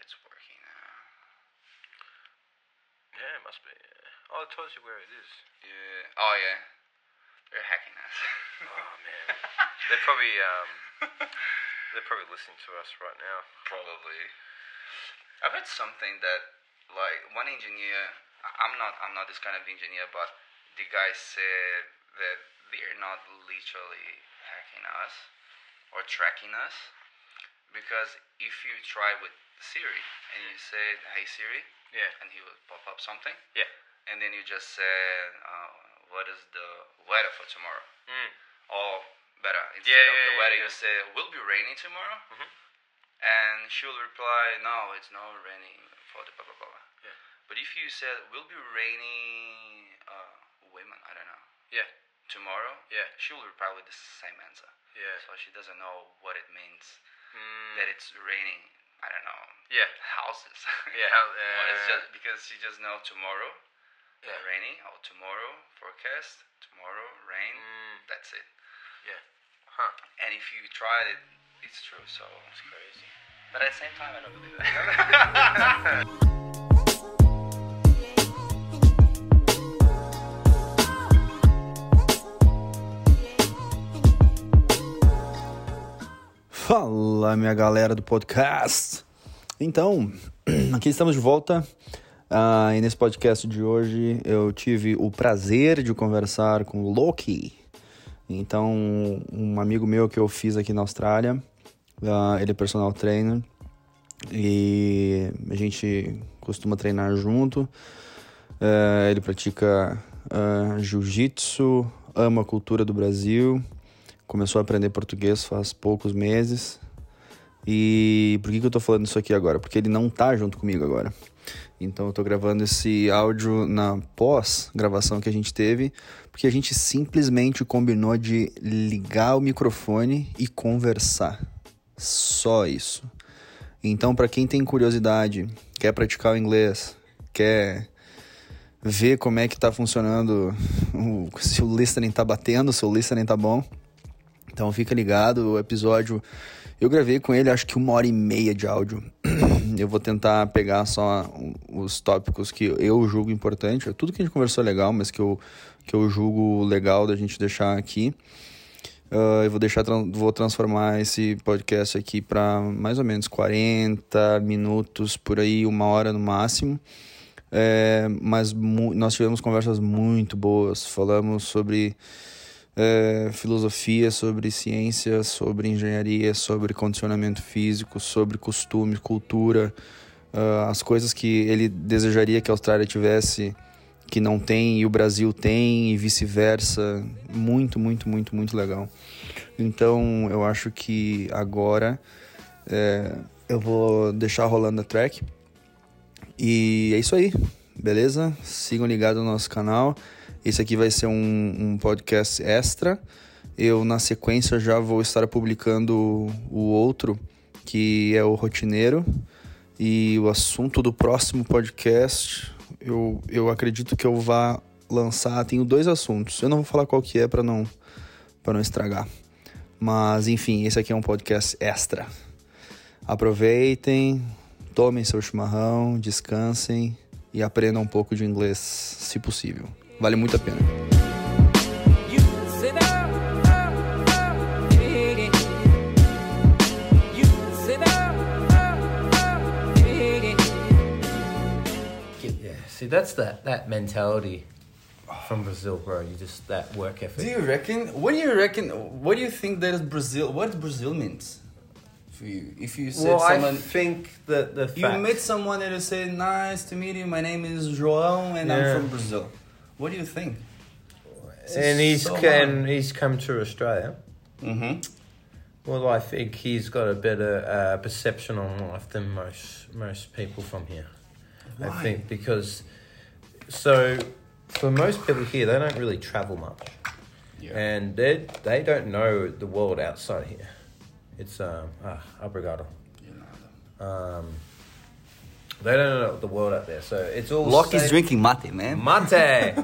it's working now. Yeah, it must be. Yeah. Oh, it tells you where it is. Yeah. Oh, yeah. They're hacking us. Oh, man. They're probably um, they're probably listening to us right now. Probably. I've heard something that like one engineer I- I'm not I'm not this kind of engineer but the guy said that they're not literally hacking us or tracking us because if you try with Siri and you said hey Siri Yeah. and he will pop up something Yeah. and then you just said uh, what is the weather for tomorrow Mm. or better instead of yeah, the yeah, weather yeah. you say will be raining tomorrow Mhm. and she'll reply no it's not raining for the blah blah blah Yeah. but if you said will be raining uh, women I don't know Yeah. tomorrow Yeah. she'll reply with the same answer Yeah. so she doesn't know what it means Mm. that it's raining I don't know Yeah. houses Yeah. How, Or uh, it's just because she just know tomorrow Yeah. raining or tomorrow forecast tomorrow rain Mm. that's it Yeah. Huh. and if you tried it, it's true. So, It's crazy. but at the same time, I don't believe it. Mm. Fala, minha galera do podcast! Então, aqui estamos de volta. Ah, e nesse podcast de hoje eu tive o prazer de conversar com o Loki. Então, um amigo meu que eu fiz aqui na Austrália, ah, ele é personal trainer e a gente costuma treinar junto. Eh, ele pratica ah, jiu-jitsu, ama a cultura do Brasil, começou a aprender português faz poucos meses. E por que, que eu tô falando isso aqui agora? Porque ele não tá junto comigo agora. Então eu tô gravando esse áudio na pós-gravação que a gente teve, porque a gente simplesmente combinou de ligar o microfone e conversar. Só isso. Então, para quem tem curiosidade, quer praticar o inglês, quer ver como é que tá funcionando, o- se o listening tá batendo, se o listening tá bom, então fica ligado, o episódio. Eu gravei com ele acho que uma hora e meia de áudio. Eu vou tentar pegar só o- os tópicos que eu julgo importante. Tudo que a gente conversou é legal, mas que eu, que eu julgo legal da gente deixar aqui. Ah, eu vou deixar, tran- vou transformar esse podcast aqui para mais ou menos 40 minutos, por aí, uma hora no máximo. É, mas mu- nós tivemos conversas muito boas. Falamos sobre é, filosofia, sobre ciência, sobre engenharia, sobre condicionamento físico, sobre costumes, cultura, ah, as coisas que ele desejaria que a Austrália tivesse, que não tem e o Brasil tem e vice-versa. Muito, muito, muito, muito legal. Então eu acho que agora é, eu vou deixar rolando a track. E é isso aí, beleza? Sigam ligados no nosso canal. Esse aqui vai ser um, um podcast extra. Eu, na sequência, já vou estar publicando o outro, que é o Rotineiro. E o assunto do próximo podcast, eu, eu acredito que eu vá lançar. Tenho dois assuntos. Eu não vou falar qual que é para não, pra não estragar. Mas, enfim, esse aqui é um podcast extra. Aproveitem, tomem seu chimarrão, descansem e aprendam um pouco de inglês, se possível. Vale muito a pena. You sit up, up, up, digging. You sit up, up, up, digging. Get- Yeah, see, that's that that mentality from Brazil, bro. You just that work ethic. you reckon? What do you reckon? What do you think that is Brazil? What Brazil means? If you, if you well, I think that the fact, someone and you say, "Nice to meet you. My name is João, and Yeah. from Brazil." What do you think? and he's so can he's come to Australia. Mm-hmm. Well, I think he's got a better uh, perception on life than most most people from here. Why? I think because so for most people here, they don't really travel much, and they they don't know the world outside here. It's um ah obrigado. Um, they don't know the world out there, so it's all Loki's safe- drinking mate, man. mate,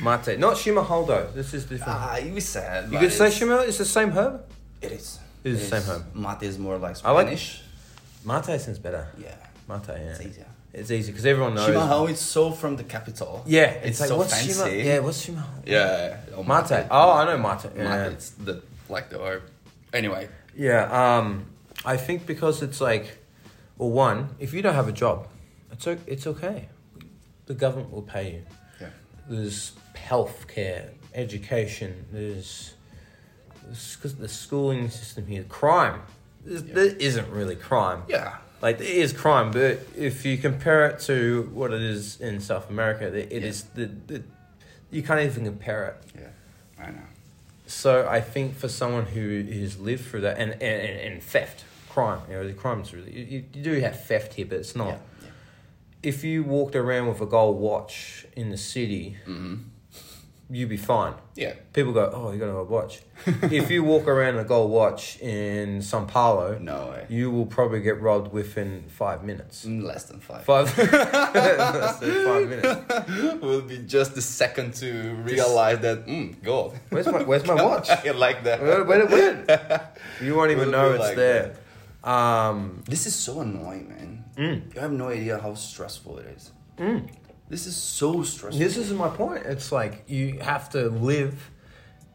mate, not shimaholdo. This is different. Ah, you said. you could say shimaholdo. It's the same herb. It is. It is the same herb. Mate is more like I like- Spanish. Mate sounds better. Yeah. Mate, yeah. It's easier. It's easy because everyone knows. Shimahao is so from the capital. Yeah, it's, like, so what's fancy. Shima? Yeah, what's Shimahao? Yeah. Oh, Mate. Oh, I know mate. Mate, Yeah. it's the like the herb. Anyway, Yeah, um, I think because it's like, well, one, if you don't have a job, it's o- it's okay. The government will pay you. Yeah. There's healthcare, education. There's because the schooling system here, crime. There's, There isn't really crime. yeah, Like there is crime, but if you compare it to what it is in South America, it, it Yeah. is the, the you can't even compare it. yeah, I know. So I think for someone who has lived through that and, and, and, and theft, crime, you know, the crime's really, you, you do have theft here, but it's not. Yeah, yeah. If you walked around with a gold watch in the city, you'd be fine. Mm-hmm. Yeah, People go, oh, you got a gold watch. if you walk around in a gold watch in Sao Paulo, No way. you will probably get robbed within five minutes. Mm, less than five. Five, that's it, five minutes. will be just the second to realize that mm, gold. Where's my, where's my watch? I like that. Where, where, where? You won't even We'll know be it's like there. Um, This is so annoying, man. Mm. You have no idea how stressful it is. This is so stressful. This is my point. It's like you have to live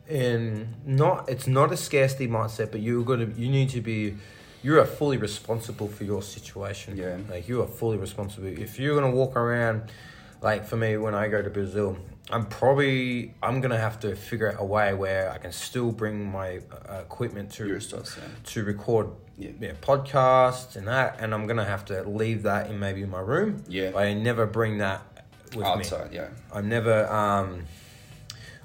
in not. It's not a scarcity mindset, but you're gonna. You need to be. You are fully responsible for your situation. Yeah. Like you are fully responsible. If you're gonna walk around, like for me, when I go to Brazil, I'm probably I'm gonna have to figure out a way where I can still bring my uh, equipment to Your stuff, yeah. to record Yeah. podcasts and that, and I'm gonna have to leave that in maybe my room. Yeah. I never bring that with me. Outside, yeah. I never, um,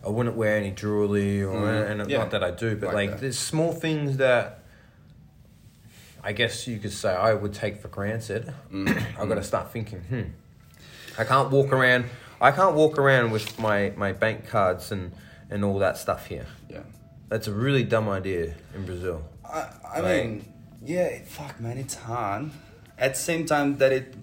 I wouldn't wear any jewelry or and it's Mm-hmm. yeah. not that I do, but Like like that. there's small things that I guess you could say I would take for granted. Mm. I've got to start thinking, hmm, I can't walk around. I can't walk around with my, my bank cards and, and all that stuff here. Yeah. That's a really dumb idea in Brazil. I, I Like- mean, yeah, it- fuck, man, it's hard. At the same time that it,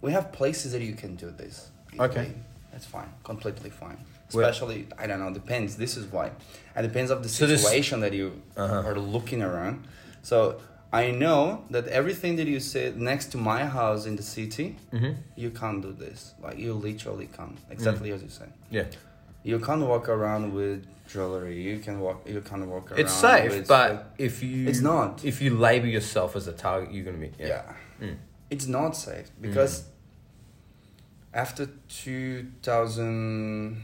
we have places that you can do this. Okay. That's fine, completely fine. Where- Especially, I don't know, depends. This is why. It depends of the So this- Uh-huh. situation that you are looking around. So I know that everything that you said next to my house in the city, Mm-hmm. you can't do this. Like, you literally can't. Mm. Exactly as you said. Yeah. You can't walk around with jewelry. You can walk. You can't walk around. It's safe, with- but if you It's not. if you label yourself as a target, you're gonna be yeah. yeah, Hmm. it's not safe Mm. because after two thousand,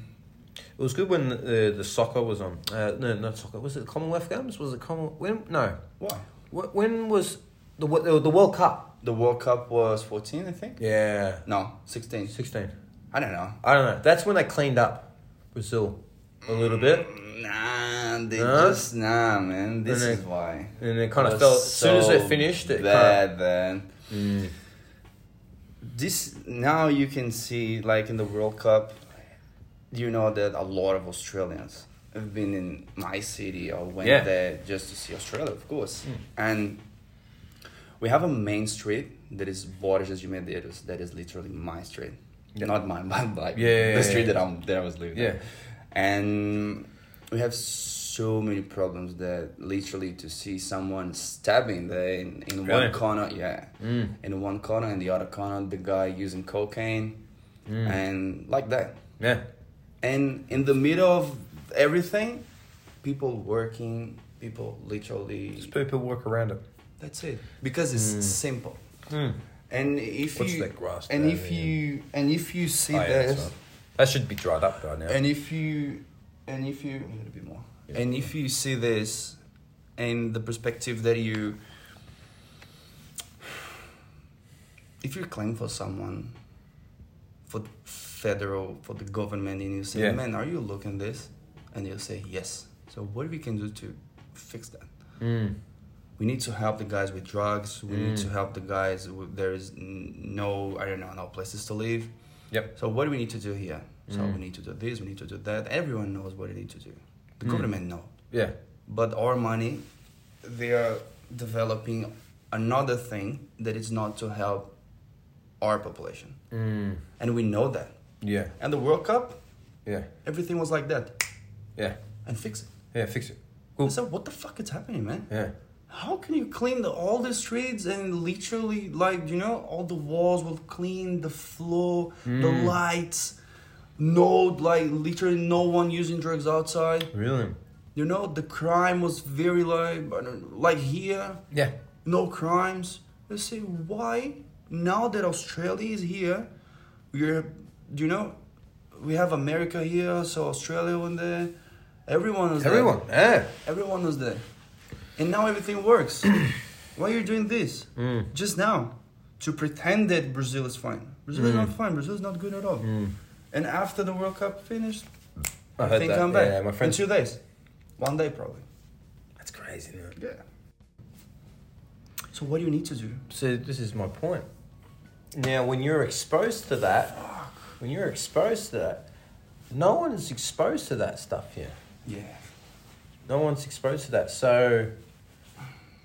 It was good when the, the soccer was on. Uh, no, not soccer. Was it Commonwealth Games? Was it Commonwealth? When no. what Wh- When was the wo- the the World Cup? the World Cup was fourteen, I think. Yeah, No, sixteen. sixteen. I don't know. I don't know. That's when they cleaned up Brazil a little bit, Nah, they Huh? just nah, man. This No, no. is why. and it kind of was fell. As soon as so it finished, it Mm. bad kind then. This now you can see like in the World Cup, you know that a lot of Australians have been in my city or went Yeah. Mm. there just to see Australia, of course. And we have a main street that is Borges de Medeiros. That is literally my street, not mine, but like Yeah, yeah, yeah, the street yeah. that I'm that I was living. Yeah. in. and we have so many problems that literally to see someone stabbing there in, in Really? Mm. one corner, yeah, in one corner and the other corner, the guy using cocaine, Mm. and like that. yeah, And in the middle of everything, people working, people literally people work around it. that's it. Because it's simple. And if Hmm. What's you that grass and down if there? you and if you see Oh, yeah, that that's right. That should be dried up by now. and if you and if you a little bit more and if you see this in the perspective that you if you claim for someone for the federal for the government and you say Yeah. man are you looking this and they'll say yes so what we can do to fix that we need to help the guys with drugs we need to help the guys who- there is n- no i don't know no places to live Yep. so what do we need to do here? So we need to do this, we need to do that. Everyone knows what they need to do. The government know. Yeah. But our money, they are developing another thing that is not to help our population. And we know that. Yeah. And the World Cup, Yeah. everything was like that. Yeah. And fix it. Yeah. Fix it. I Cool. said, what the fuck is happening, man? Yeah. How can you clean the, all the streets and literally, like, you know, all the walls were clean, the floor, the lights, no, like, literally no one using drugs outside. Really? You know, the crime was very low, but, uh, like here, Yeah. no crimes. I say, why now that Australia is here, we're, you know, we have America here, so Australia was there, everyone was there. Everyone. Yeah. Everyone was there. And now everything works. Why are you doing this? Just now. To pretend that Brazil is fine. Brazil is not fine. Brazil is not good at all. And after the World Cup finished, I I, heard think that. I'm back. Yeah, my friend- In two days. One day probably. That's crazy, isn't it? Yeah. So what do you need to do? So this is my point. Now, when you're exposed to that, when you're exposed to that, no one is exposed to that stuff here. Yeah. No one's exposed to that. So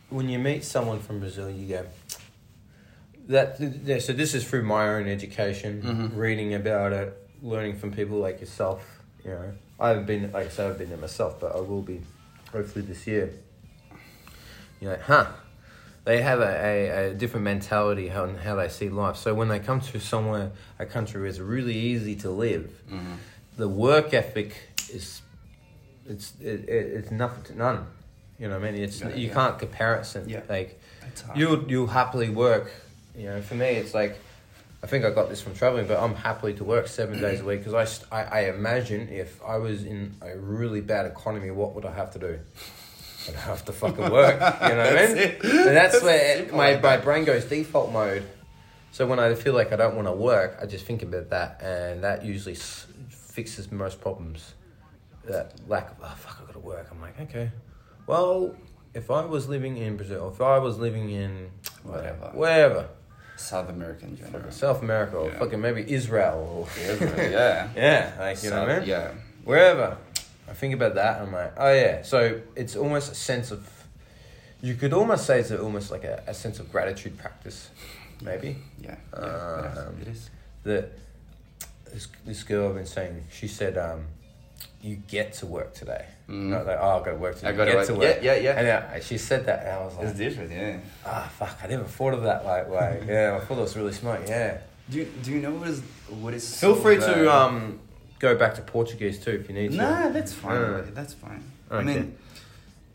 when you meet someone from Brazil, you go that. Yeah, so this is through my own education, Mm-hmm. reading about it, learning from people like yourself. You know, I haven't been like I said, I've been there myself, but I will be hopefully this year. You're like, huh? They have a, a, a different mentality on how they see life. So when they come to somewhere, a country where it's really easy to live, Mm-hmm. the work ethic is it's it, it, it's nothing to none. You know what I mean? It's Yeah, you yeah. can't comparison. Yeah. Like It's hard. you'll you'll happily work. You know, for me, it's like I think I got this from traveling, but I'm happily to work seven days a week because I, st- I I imagine if I was in a really bad economy, what would I have to do? I'd have to fucking work. You know what I mean? And that's where it- my my brain goes default mode. So when I feel like I don't want to work, I just think about that, and that usually s- fixes most problems that lack of oh fuck I gotta work. I'm like, okay. Well, if I was living in Brazil, if I was living in Whatever. wherever, South American general. South America or Yeah. fucking maybe Israel or yeah. yeah, like you know what I South- mean? Yeah. wherever. I think about that. I'm like, oh yeah. So it's almost a sense of, you could almost say it's almost like a, a sense of gratitude practice, maybe Yeah. Um, yeah. It is. that this, this girl I've been seeing, she said, um, you get to work today. Not like, oh, I got to work today. Mm. I gotta you get work. Yeah, yeah, yeah. And uh, she said that, and I was It's like, different, yeah. ah, fuck, I never thought of that like way. yeah, I thought it was really smart, yeah. Do you, do you know what is what is? Feel so free bad? to um, go back to Portuguese too if you need to. Nah, that's fine. Yeah. buddy, That's fine. I Okay. mean,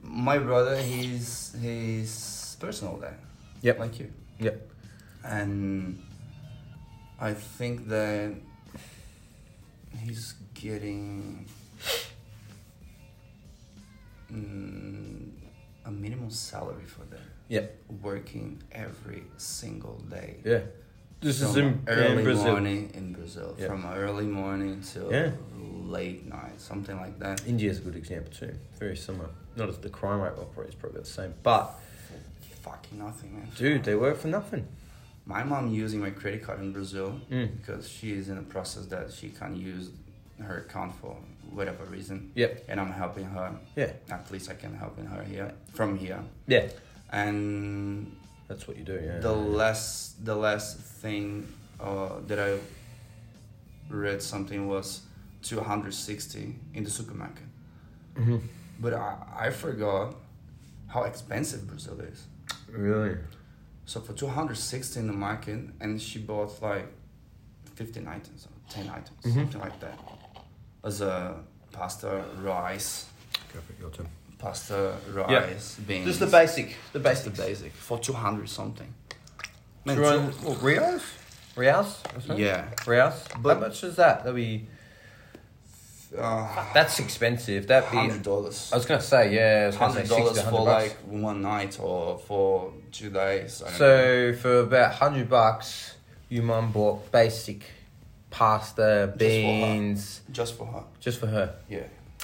my brother, he's he's personal there. Yep. Like you. Yep. and I think that he's getting mm, a minimum salary for that, Yep. working every single day. Yeah. This is From in, early in Brazil. morning in Brazil, Yeah. from early morning till Yeah. late night, something like that. India's a good example too. Very similar. Not as the crime rate operates probably the same, but Fucking nothing, man. dude, they work for nothing. My mom using my credit card in Brazil Mm. because she is in a process that she can't use her account for whatever reason. Yep. And I'm helping her. Yeah. At least I can help in her here from here. Yeah. And That's what you do. Yeah. the last the last thing uh, that I read something was 260 in the supermarket. Mm-hmm. But I, I forgot how expensive Brazil is. really. So for 260 in the market, and she bought like 15 items or 10 items, Mm-hmm. something like that. As a pasta, rice, Go for it. Your turn. pasta, rice, beans. Just the basic. The the basic. basic. For 200 something. Man, Ryan, two- oh, Rios. Rios. That's right. yeah. Rios. But- How much is that? That be. Uh, That's expensive. That be. $100. I was gonna say yeah. I was gonna say $100 sixty, for 100 bucks. like one night or for two days. I don't know. So for about hundred bucks, your mum bought basic pasta, for her. beans, Just for her. just for her. Yeah.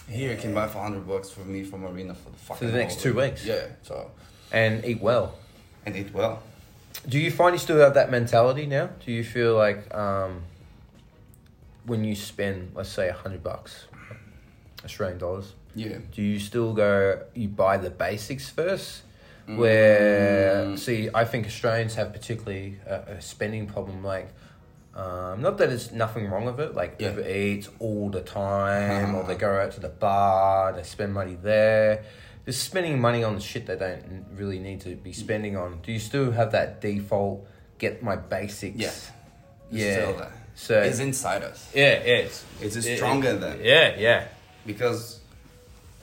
Here you can buy for 100 bucks for me from Arena for the fucking next whole two week. weeks. Yeah. So, and eat well. and eat well. Do you find you still have that mentality now? Do you feel like um, when you spend, let's say, a hundred bucks, Australian dollars, Yeah. do you still go you buy the basics first? Where see, I think Australians have particularly a, a spending problem. Like, um, not that it's nothing wrong with it. Like Yeah. Uber Eats all the time, or they go out to the bar, they spend money there. they're spending money on shit they don't really need to be spending on. Do you still have that default get my basics? Yes. Yeah. Still there. So it's inside us. yeah, yeah, it's It's it- stronger it- than- Yeah, yeah. because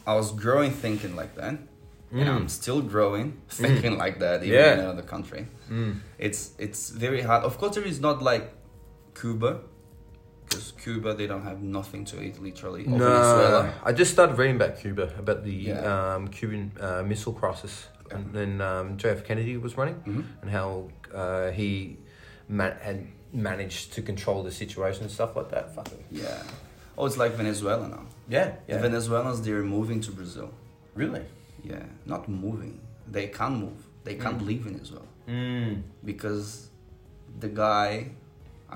I was growing thinking like that, and I'm still growing thinking like that even Mm. Yeah. Mm. in another country. It's it's very hard. Of course, there is not like Cuba, because Cuba they don't have nothing to eat literally. Or No, Venezuela. I just started reading about Cuba, about the Yeah. um, Cuban uh, Missile Crisis, and then um, JF Kennedy was running, and how uh, he ma- had managed to control the situation and stuff like that. Fucking Yeah. Oh, it's like Venezuela now. yeah, yeah, The Venezuelans they're moving to Brazil. really. Yeah, not moving. They can't move. They can't leave Venezuela. Mm. because the guy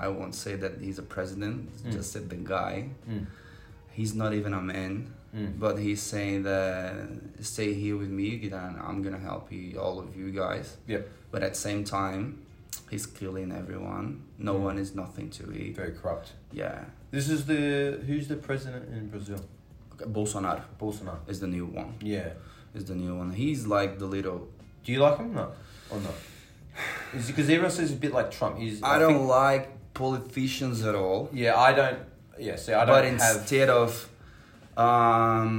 i won't say that he's a president just said the guy he's not even a man but he's saying that stay here with me and i'm gonna help you all of you guys Yep. but at the same time he's killing everyone no one is nothing to eat Very corrupt. yeah This is the who's the president in Brazil? Okay, bolsonaro Bolsonaro. is the new one Yeah. is the new one he's like the little Do you like him or not? Or not? Is because everyone says he's a bit like Trump. He's, i don't think- like politicians at all yeah, I don't. Yeah, see, I don't but have. instead of um,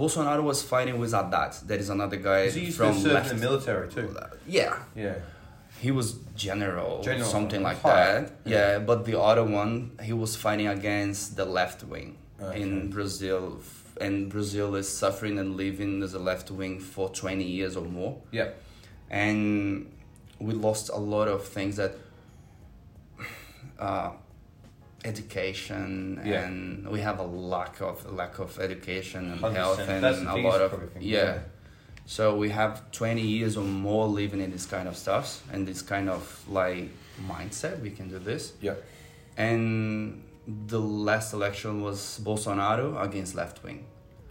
Bolsonaro was fighting with Haddad. That is another guy 'cause he used to from serve left. in the military too. Yeah, Yeah. he was general, General, something like high. that. Yeah, but the other one, he was fighting against the left wing in Brazil, f- and Brazil is suffering and living as a left wing for twenty years or more Yep. and we lost a lot of things that uh, education Yeah. and we have a lack of lack of education and 100%. health and That's the a biggest lot of probably thing, yeah. yeah. so we have 20 years or more living in this kind of stuffs and this kind of like mindset we can do this Yep. and the last election was bolsonaro against left wing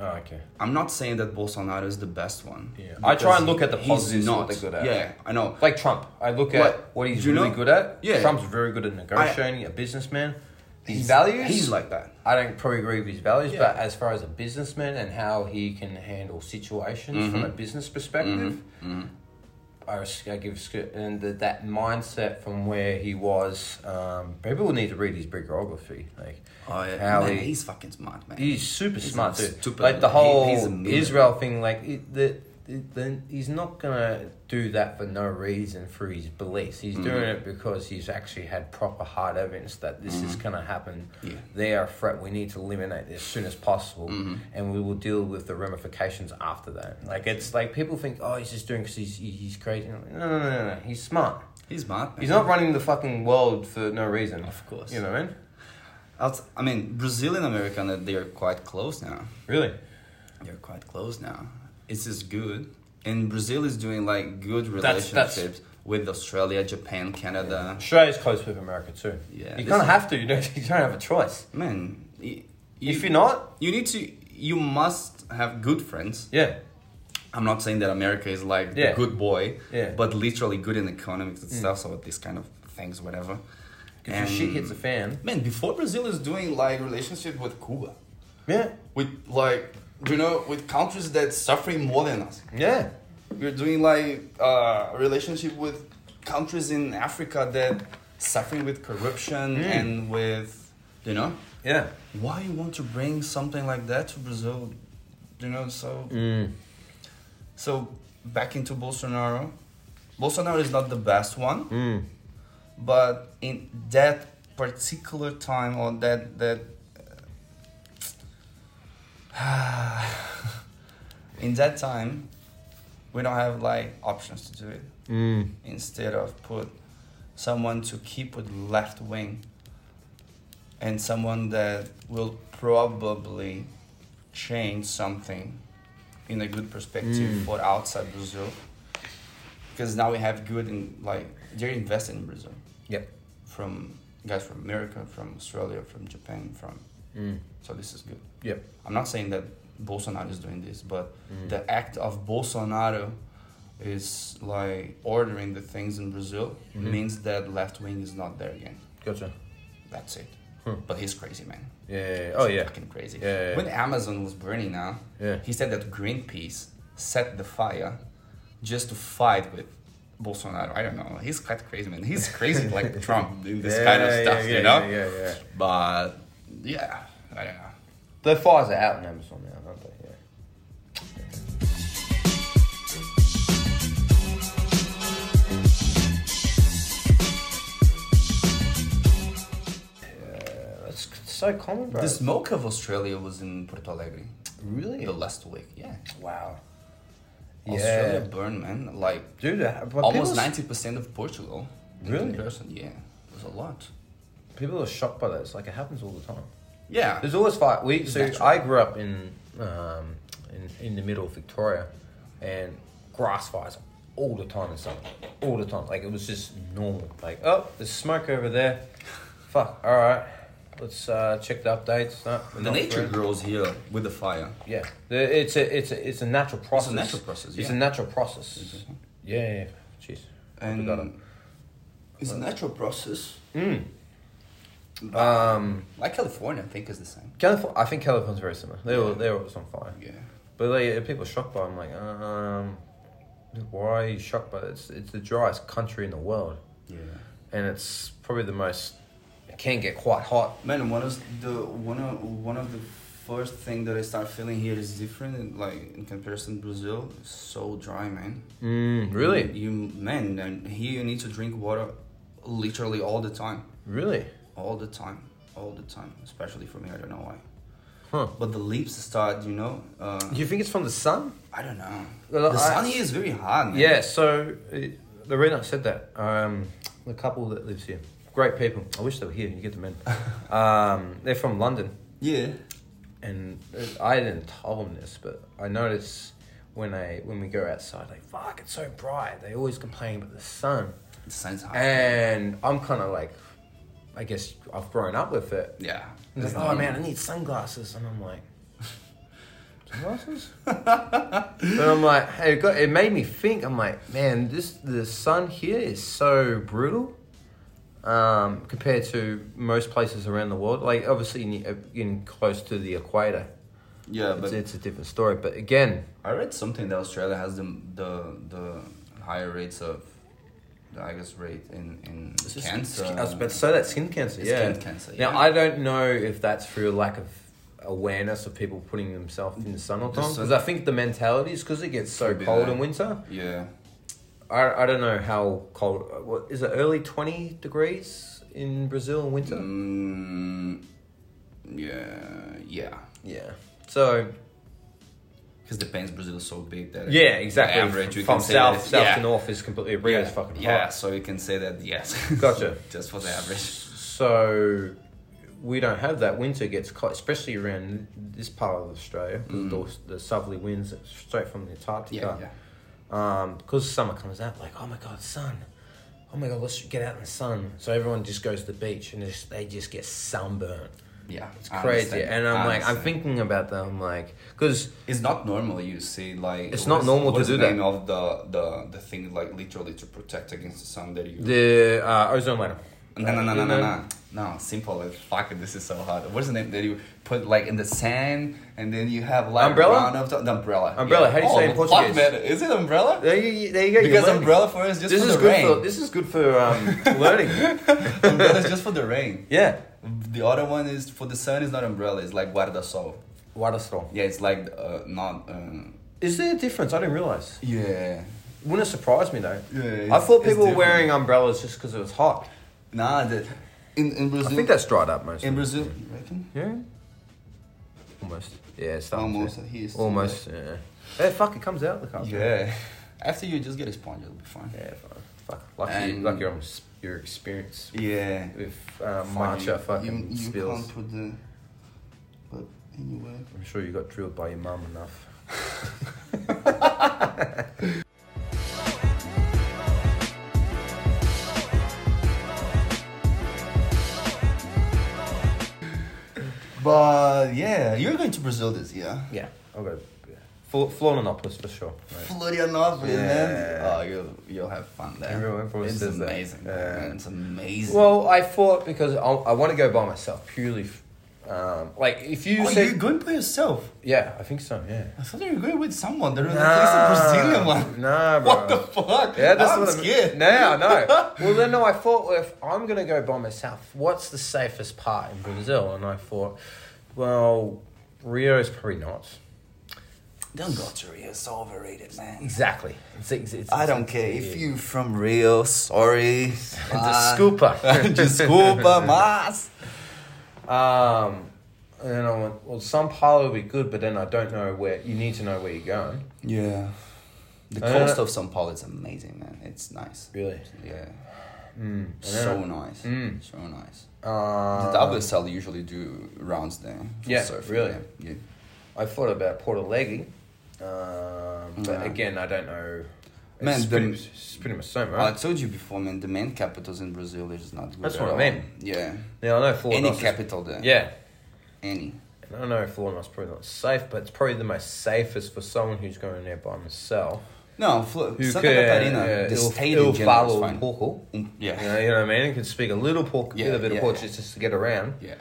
Oh, okay. i'm not saying that bolsonaro is the best one Yeah. I try and look at the he's positives. not What they're good at. yeah i know Like Trump, I look at What? what he's Do you really know- good at. Yeah. Trump's very good at negotiating. a businessman. His values. He's like that. I don't probably agree with his values, Yeah. but as far as a businessman and how he can handle situations from Mm-hmm. a business perspective, I, res- I give sc- and the, that mindset from where he was. Um, people will need to read his biography, like Oh, yeah. how man, he- he's fucking smart, man. He's super He's smart, a dude. stupid- like the he- whole he's a millionaire. Israel thing, like it, the, it, the, he's not gonna do that for no reason through his beliefs. He's Mm. doing it because he's actually had proper hard evidence that this is gonna happen. Mm. Yeah. They are a threat. We need to eliminate this as soon as possible, Mm-hmm. and we will deal with the ramifications after that. Like it's like people think, oh, he's just doing because he's he- he's crazy. No, no, no, no, no. He's smart. he's smart. Man. He's not running the fucking world for no reason. Of course. you know what I mean. Outs- I mean, Brazilian American, uh, they are quite close now. Really? They're quite close now. It's just good, and Brazil is doing like good That's- relationships that's- with Australia, Japan, Canada. Australia's close with America too. Yeah. This you kind is- of have to. You don't. You don't have a choice. Man, y- you, If you're not, you need to. You must have good friends. yeah, I'm not saying that America is like Yeah. the good boy, Yeah. but literally good in economics and stuff. So these kind of things, whatever. if your shit hits the fan, Man, before Brazil is doing like relationship with Cuba, yeah, with like you know with countries that suffering more than us. yeah, We're doing like uh, relationship with countries in Africa that suffering with corruption and with you know yeah. why you want to bring something like that to Brazil, you know so so back into Bolsonaro. Bolsonaro is not the best one, but in that particular time or that that uh, in that time, we don't have like options to do it. Instead of put someone to keep with left wing and someone that will probably change something in a good perspective for outside Brazil. Because now we have good in like they're invested in Brazil Yep. from guys from America, from Australia, from Japan, from so this is good. Yep. I'm not saying that Bolsonaro is doing this, but Mm-hmm. the act of Bolsonaro is like ordering the things in Brazil Mm-hmm. means that left wing is not there again. Gotcha. That's it. But he's crazy, man. Yeah. yeah, yeah. Oh yeah. Fucking crazy. Yeah, yeah, yeah. When Amazon was burning now, Yeah. he said that Greenpeace set the fire just to fight with Bolsonaro. I don't know. He's quite crazy, man. He's crazy like Trump in this Yeah, kind of yeah, stuff, yeah, you know? yeah, yeah, yeah. But yeah, I don't know. The fires are out in Amazon now, aren't they? Yeah. Yeah, that's c- so common, bro. The smoke of Australia was in Porto Alegre really? the last week. Yeah. Wow. Australia Yeah. burned, man. Like Dude, uh, but almost people's- 90% of Portugal. in Really? comparison. Yeah. It was a lot. people are shocked by this. Like, it happens all the time. Yeah. There's always fight. We so natural. I grew up in, um, in in the middle of Victoria, and grass fires all the time in summer, all the time. Like it was just normal. Like oh, there's smoke over there. Fuck. All right, let's uh, check the updates. No, we're The not nature through. grows here with the fire. Yeah, The- it's a it's a it's a natural process. natural process, It's yeah. a natural process. Yeah. yeah, yeah. Jeez. And Forgot it. it's a natural process. Hmm. Um, Like California, I think, is the same. California. I think California's very similar. They were they were always on fire. Yeah. But like people are shocked by. it. I'm like, um, why are you shocked by it? It's, it's the driest country in the world, Yeah. and it's probably the most. It can get quite hot. Man, one of the one of one of the first thing that I start feeling here is different. and, Like in comparison, Brazil is so dry, man. Mm, really, You man, and here you need to drink water, literally all the time, really. all the time, all the time. Especially for me, I don't know why. Huh. But the leaves start, you know. Uh, Do you think it's from the sun? I don't know. Well, the I- sun here is very hot. Man. Yeah. So uh, the reason I said that, um, the couple that lives here, great people. I wish they were here. You get them in. um, they're from London. Yeah. and I didn't tell them this, but I notice when I when we go outside, like fuck, it's so bright. They always complain about the sun, The sun's hot. Eh. and I'm kind of like, I guess I've grown up with it. yeah. And it's like, oh man, I need sunglasses, and I'm like, sunglasses. but I'm like, hey, it, got, it made me think. I'm like, man, this the sun here is so brutal. Um, compared to most places around the world, like obviously in, the- in close to the equator, Yeah, it's, but it's a different story. But again, I read something that Australia has the the the higher rates of the I guess rate in in cancer. I was about to say that skin Um, cancer. It's yeah, skin cancer, Now yeah. I don't know if that's through a lack of awareness of people putting themselves in the sun all the time sun- because I think the mentality is because it gets so Could be cold that. in winter. yeah, I, I don't know how cold. What is it? Early twenty degrees in Brazil in winter. mm, yeah, yeah. Yeah. So Because the pains Brazil is so big that yeah, exactly. the average you From can say south that it's- south yeah, to north is completely yeah, Rio is fucking yeah. hot. So you can say that yes. Gotcha. Just for the average. So we don't have that. Winter gets cold, especially around this part of Australia. 'cause The, the southerly winds are straight from the Mm. Yeah, Antarctica. yeah. Because Um, summer comes out, like oh my god, sun. Oh my god, let's get out in the sun. So everyone just goes to the beach and just, they just get sunburned. Yeah, It's I crazy, understand, and I'm I like, I'm understand. thinking about that. I'm like, because It's not normal, you see. Like It's not what's- normal what to is do the that. Name of the the the thing like literally to protect against the sun that you. the uh, ozone layer. No, no, no, Uh, no, you no, know? no. No, simple as fuck. it, This is so hard. What's the name that you put like in the sand and then you have like Umbrella? round of the, the umbrella. Oh, Umbrella, how do you say it in fuck, Portuguese? man, Is it umbrella? There you, there you go. you're Because learning. umbrella for us just This for is the good rain. for this is good for um, learning. umbrella is just for the rain. Yeah. The other one is for the sun. Is not umbrella. It's like guarda sol. Water storm. Yeah, it's like uh, not. Um, Is there a difference? I didn't realize. yeah. Wouldn't it surprise me though. Yeah, I it's- thought it's people were different. wearing umbrellas just because it was hot. Nah, the, in in Brazil. I think that's dried up mostly. in Brazil. You reckon? yeah. Almost. Yeah, it's starting to- Almost. Here is Almost. Yeah. Hey, fuck! It comes out the cup. Yeah. After you just get a sponge, it'll be fine. Yeah. Fuck. fuck. Lucky, And- lucky your, your experience Yeah. with uh, Fuck, matcha fucking you, you spills. can't put the. But anyway. I'm sure you got drilled by your mum enough. But yeah, you're going to Brazil this year. Yeah. I'll go. Yeah. Fl- Florianópolis for sure. mate. Florianópolis, man. Yeah. Oh, you'll you'll have fun there. Everyone probably it's says that. amazing, Yeah. man. It's amazing. Well, I thought because I, I want to go by myself purely. f- Um, like if you Oh, said, you're going by yourself? yeah, I think so. Yeah. I thought you were going with someone. They're in a Brazilian one. Nah, bro. What the fuck? Yeah, that's I'm what scared. Now, no. Well, then, no. I thought well, if I'm gonna go by myself, what's the safest part in Brazil? And I thought, well, Rio's probably not. Don't go to Rio. It's overrated, man. Exactly. It's, it's, it's, I don't it's- care yeah. if you from Rio. Sorry. It's a scooper. Desculpa, mas. Um, and then I went, well, São Paulo would be good, but then I don't know where. You need to know where you're going. Yeah. The Uh, coast of São Paulo is amazing, man. It's nice. Really? Yeah. Mm. and then So nice. Mm. So nice. Um, the WSL usually do rounds there. for Yeah, surfing, really? Yeah. yeah. I thought about Porto Alegre. Um, but Yeah. again, I don't know. Man, it's, the- pretty, it's pretty much so, Well, I right? told you before, man. The main capitals in Brazil is not good. That's at what I all. mean. Yeah. Now, I know Florida's Any is- capital there. Yeah. Any. And I know Florida's probably not safe, but it's probably the most safest for someone who's going there by himself. No, Flo- Who Santa can, Catarina, uh, the it'll- state it'll in general follow is fine. Porto. Mm, Yeah. You know, you know what I mean? It could speak a little por- Yeah, little bit of yeah. Portuguese just to get around. Yeah.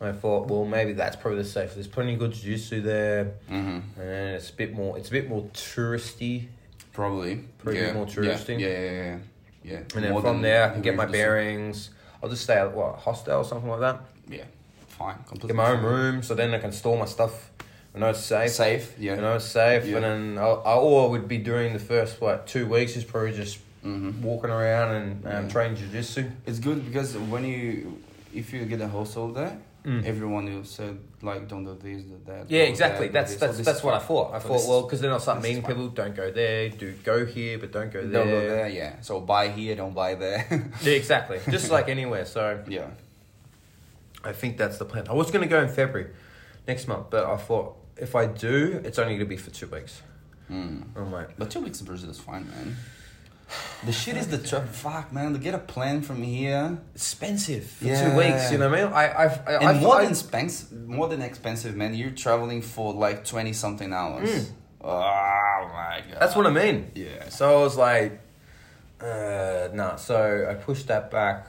I thought, well, maybe that's probably the safe. There's plenty of good jujitsu there, hmm and it's a bit more. It's a bit more touristy, Probably. Probably yeah. more touristy. Yeah, yeah, yeah. yeah. yeah. and then More from than there I can get Rio my de Janeiro. bearings. I'll just stay at what hostel or something like that. Yeah. Fine. Completely. Get my own fine. room, so then I can store my stuff. I know it's safe. Safe. Yeah. You know it's safe, Yeah. and then I, I all I would be doing the first what two weeks is probably just Mhm. walking around and um, training jujitsu. It's good because when you, if you get a hostel there, everyone will say like, don't do this, do that. Mm. Yeah, do exactly. that, do that's this. that's So this that's is what I fine. thought. So I this thought, is- well, because then I'll start this is meeting fine. people. Don't go there. Do go here, but don't go Don't there. go there. Yeah. So buy here, don't buy there. Yeah, exactly. Just like anywhere. So yeah. I think that's the plan. I was going to go in February next month, but I thought if I do, it's only going to be for two weeks. Mm. I'm like, But two weeks in Brazil is fine, man. The shit is the trip. Fuck, man. To get a plane from here expensive for two Yeah. weeks. You know what I mean? I, I've, I, and I've, more I- than expensive, more than expensive, man. You're traveling for like twenty something hours. Oh my god. Mm. that's what I mean. Yeah. So I was like, uh, nah. So I pushed that back.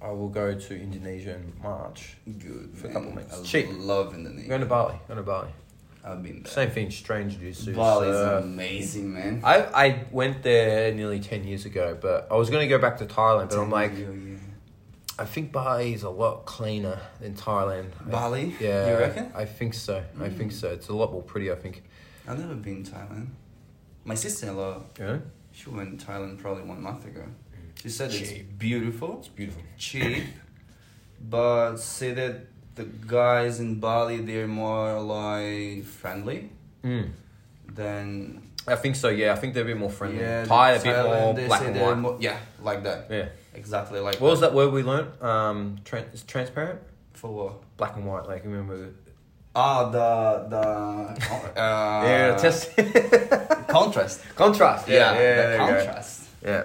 I will go to Indonesia in March. good For a man. couple months. I Cheap. Love I'm going Indonesia. to Bali. Going to Bali. I've been there. Same thing. Strange juice. Bali is amazing, man. I I went there nearly ten years ago, but I was going to go back to Thailand, but I'm like, Yeah, yeah. I think Bali is a lot cleaner than Thailand. I- Bali? yeah, You reckon? I think so. I think so. It's a lot more pretty. I think. I've never been to Thailand. My sister-in-law, Yeah, she went to Thailand probably one month ago. She said it's beautiful, beautiful. cheap, but say that the guys in Bali they're more like friendly Mm. than I think so. Yeah, I think they're a bit more friendly. yeah, Thai a the bit Thailand, more they black say and they're white. more- yeah, like that. yeah. Exactly like What was that word we learnt? Um, tran is transparent, for what? black and white. Like remember? The, Ah, the the uh, yeah, test contrast. contrast. Yeah, yeah, the yeah, yeah, contrast. yeah.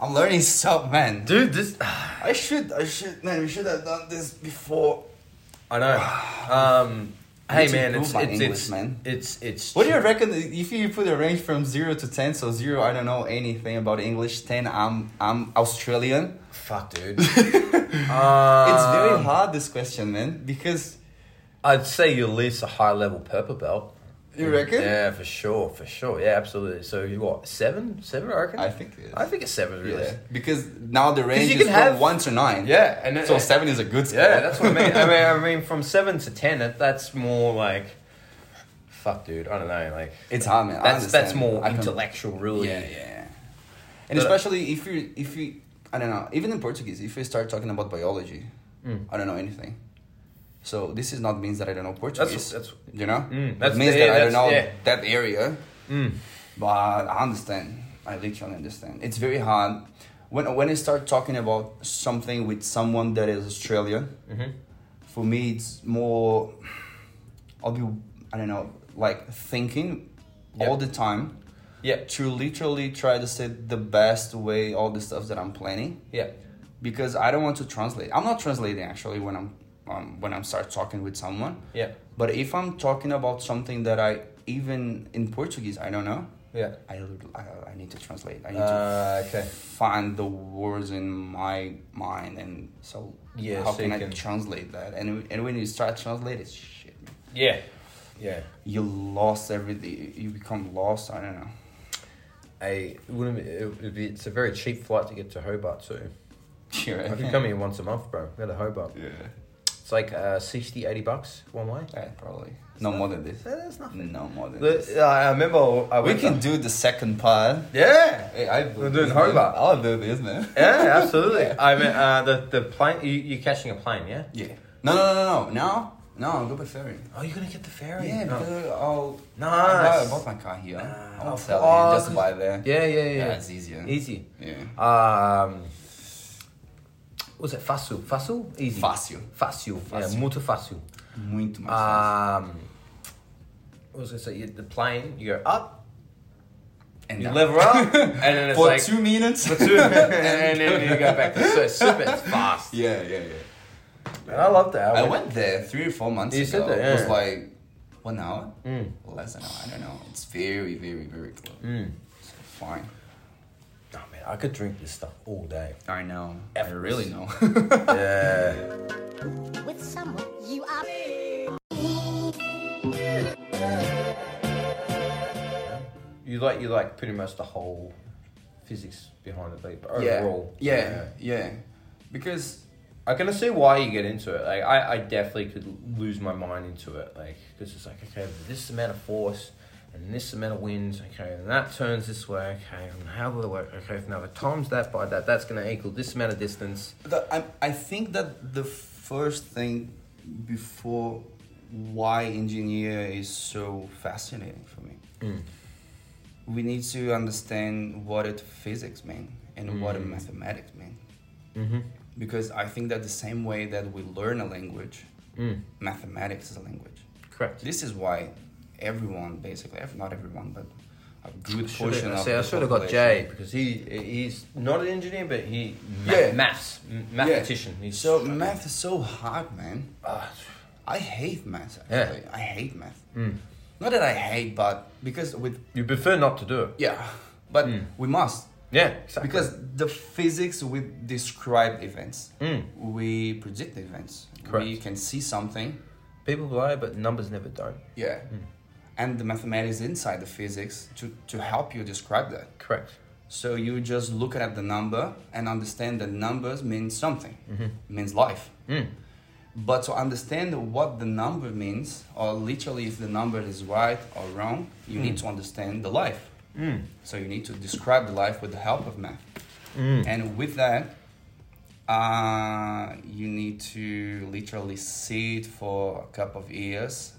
I'm learning stuff, man. Dude, this. I should, I should, man. We should have done this before. I know. Um, I hey need to man, improve it's my it's, it's English, man. it's it's. What do you reckon if you put a range from zero to ten? So zero, I don't know anything about English. Ten, I'm I'm Australian. Fuck, dude. It's very Um, hard this question, man, because I'd say you're at least a high level purple belt. you reckon. Yeah, for sure, for sure. Yeah, absolutely. So you what? Seven, seven, I reckon. I think it is. I think it's seven, really. Yeah, because now the range you is can from have- one to nine. Yeah, and then- so seven is a good score. Yeah, that's what I mean. I mean, I mean, from seven to ten, that, that's more like, fuck, dude. I don't know, like it's hard, man. I that's that's understand. more I can- intellectual, really. Yeah, yeah. And But- especially if you if you I don't know even in Portuguese if you start talking about biology, Mm. I don't know anything. So this is not means that I don't know Portuguese. that's- you know. Mm, It that's- means yeah, that I don't that's- know yeah. that area. Mm. But I understand. I literally understand. It's very hard when when I start talking about something with someone that is Australian. Mm-hmm. For me, it's more. I'll be I don't know like thinking Yep. all the time Yeah, to literally try to say the best way all the stuff that I'm planning yeah, because I don't want to translate. I'm not translating actually when I'm um, when I'm start talking with someone. yeah, But if I'm talking about something that I even in Portuguese I don't know, Yeah. I, I, I need to translate. I need Uh, to okay. find the words in my mind, and so Yeah, how so can you I can- translate that? And and when you start translating, shit, man. Yeah. Yeah. you lost everything. You become lost. I don't know. A it wouldn't be, it would be, it's a very cheap flight to get to Hobart too. You I reckon? could come here once a month, bro. Go to Hobart. Yeah, It's like uh, 60, 80 bucks one way. yeah, probably. No more than this. That's nothing. No more than this. The- uh, I I remember I We went can to- do the second part. Yeah. Hey, I We're doing Hobart. I'll do this, man. Yeah, absolutely. I mean, uh, the the plane. You, you're catching a plane, yeah? Yeah. No, no, no, no, no. No, I'll go by ferry. Oh, you're gonna get the ferry. Yeah, No. because I'll. I Nice. bought- I bought my car here. Ah, I'll of sell course. it. Just buy there. Yeah, yeah, yeah. Yeah, it's easier. Easy. Yeah. Um, was it fácil? Fácil? Easy. Fácil. Fácil. Yeah, Fácil. muito fácil. Muito mais fácil. Um, what was I gonna say? You- The plane. You go up. And You now- level up, and then it's for like two minutes. for two, and then you go back. So it's super it's fast. yeah, yeah, yeah. Oh, I love that. I went there three or four months You ago. said that, It was yeah. Mm. like one hour, less than an hour. I don't know. It's very, very, very close. So fine. Oh man, I could drink this stuff all day. I know. I Effortless. really know. Yeah. with someone you are. You like you like pretty much the whole physics behind it, like but overall. Yeah, yeah, yeah. Because I can see why you get into it. Like I, I definitely could lose my mind into it. Like because it's like okay, this amount of force and this amount of winds. Okay, and that turns this way. Okay, and how will it work? Okay, if now it times that by that, that's gonna equal this amount of distance. the, I, I think that the first thing before why engineer is so fascinating for me Mm. we need to understand what it physics mean and what Mm. it mathematics mean Mm-hmm. because i think that the same way that we learn a language Mm. mathematics is a language Correct. this is why everyone basically if not everyone but a good Should've- portion of see, I the should have got population- Jay because he he's not an engineer, but he Yeah. maths m- Yeah. mathematician. He's So math is so hard, man. Ah. I hate math. Yeah. Mm. Actually. I hate math. Not that I hate, but because with you prefer not to do it. yeah, but we must Yeah, Mm. exactly. because the physics we describe events, we predict events. We Mm. Correct. Mm. can see something. people lie, but numbers never don't. Yeah. And the mathematics inside the physics to, to help you describe that. Correct. So you just look at the number and understand that numbers mean something, means life. But to understand what the number means, or literally if the number is right or wrong, you need to understand the life. So you need to describe the life with the help of math. And with that, uh, you need to literally see it for a couple of years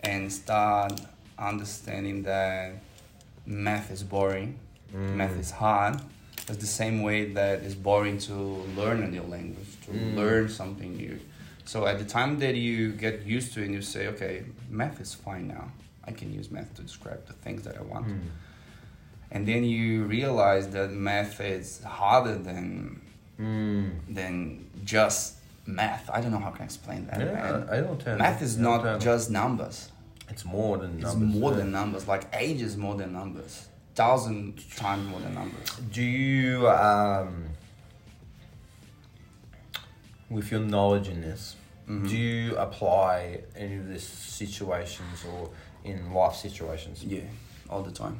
and start understanding that math is boring, math is hard. It's the same way that it's boring to learn a new language, to learn something new. So at the time that you get used to it and you say, okay, math is fine now. I can use math to describe the things that I want and then you realize that math is harder than Hmm. than just math. I don't know how I can explain that. Yeah, man. I- I don't tell- Math is I don't not tell. just numbers. It's more than It's numbers. more yeah. than numbers. Like age is more than numbers. Thousand times more than numbers. Do you, um, with your knowledge in this, Mm-hmm. do you apply any of this situations or in life situations? Yeah, all the time.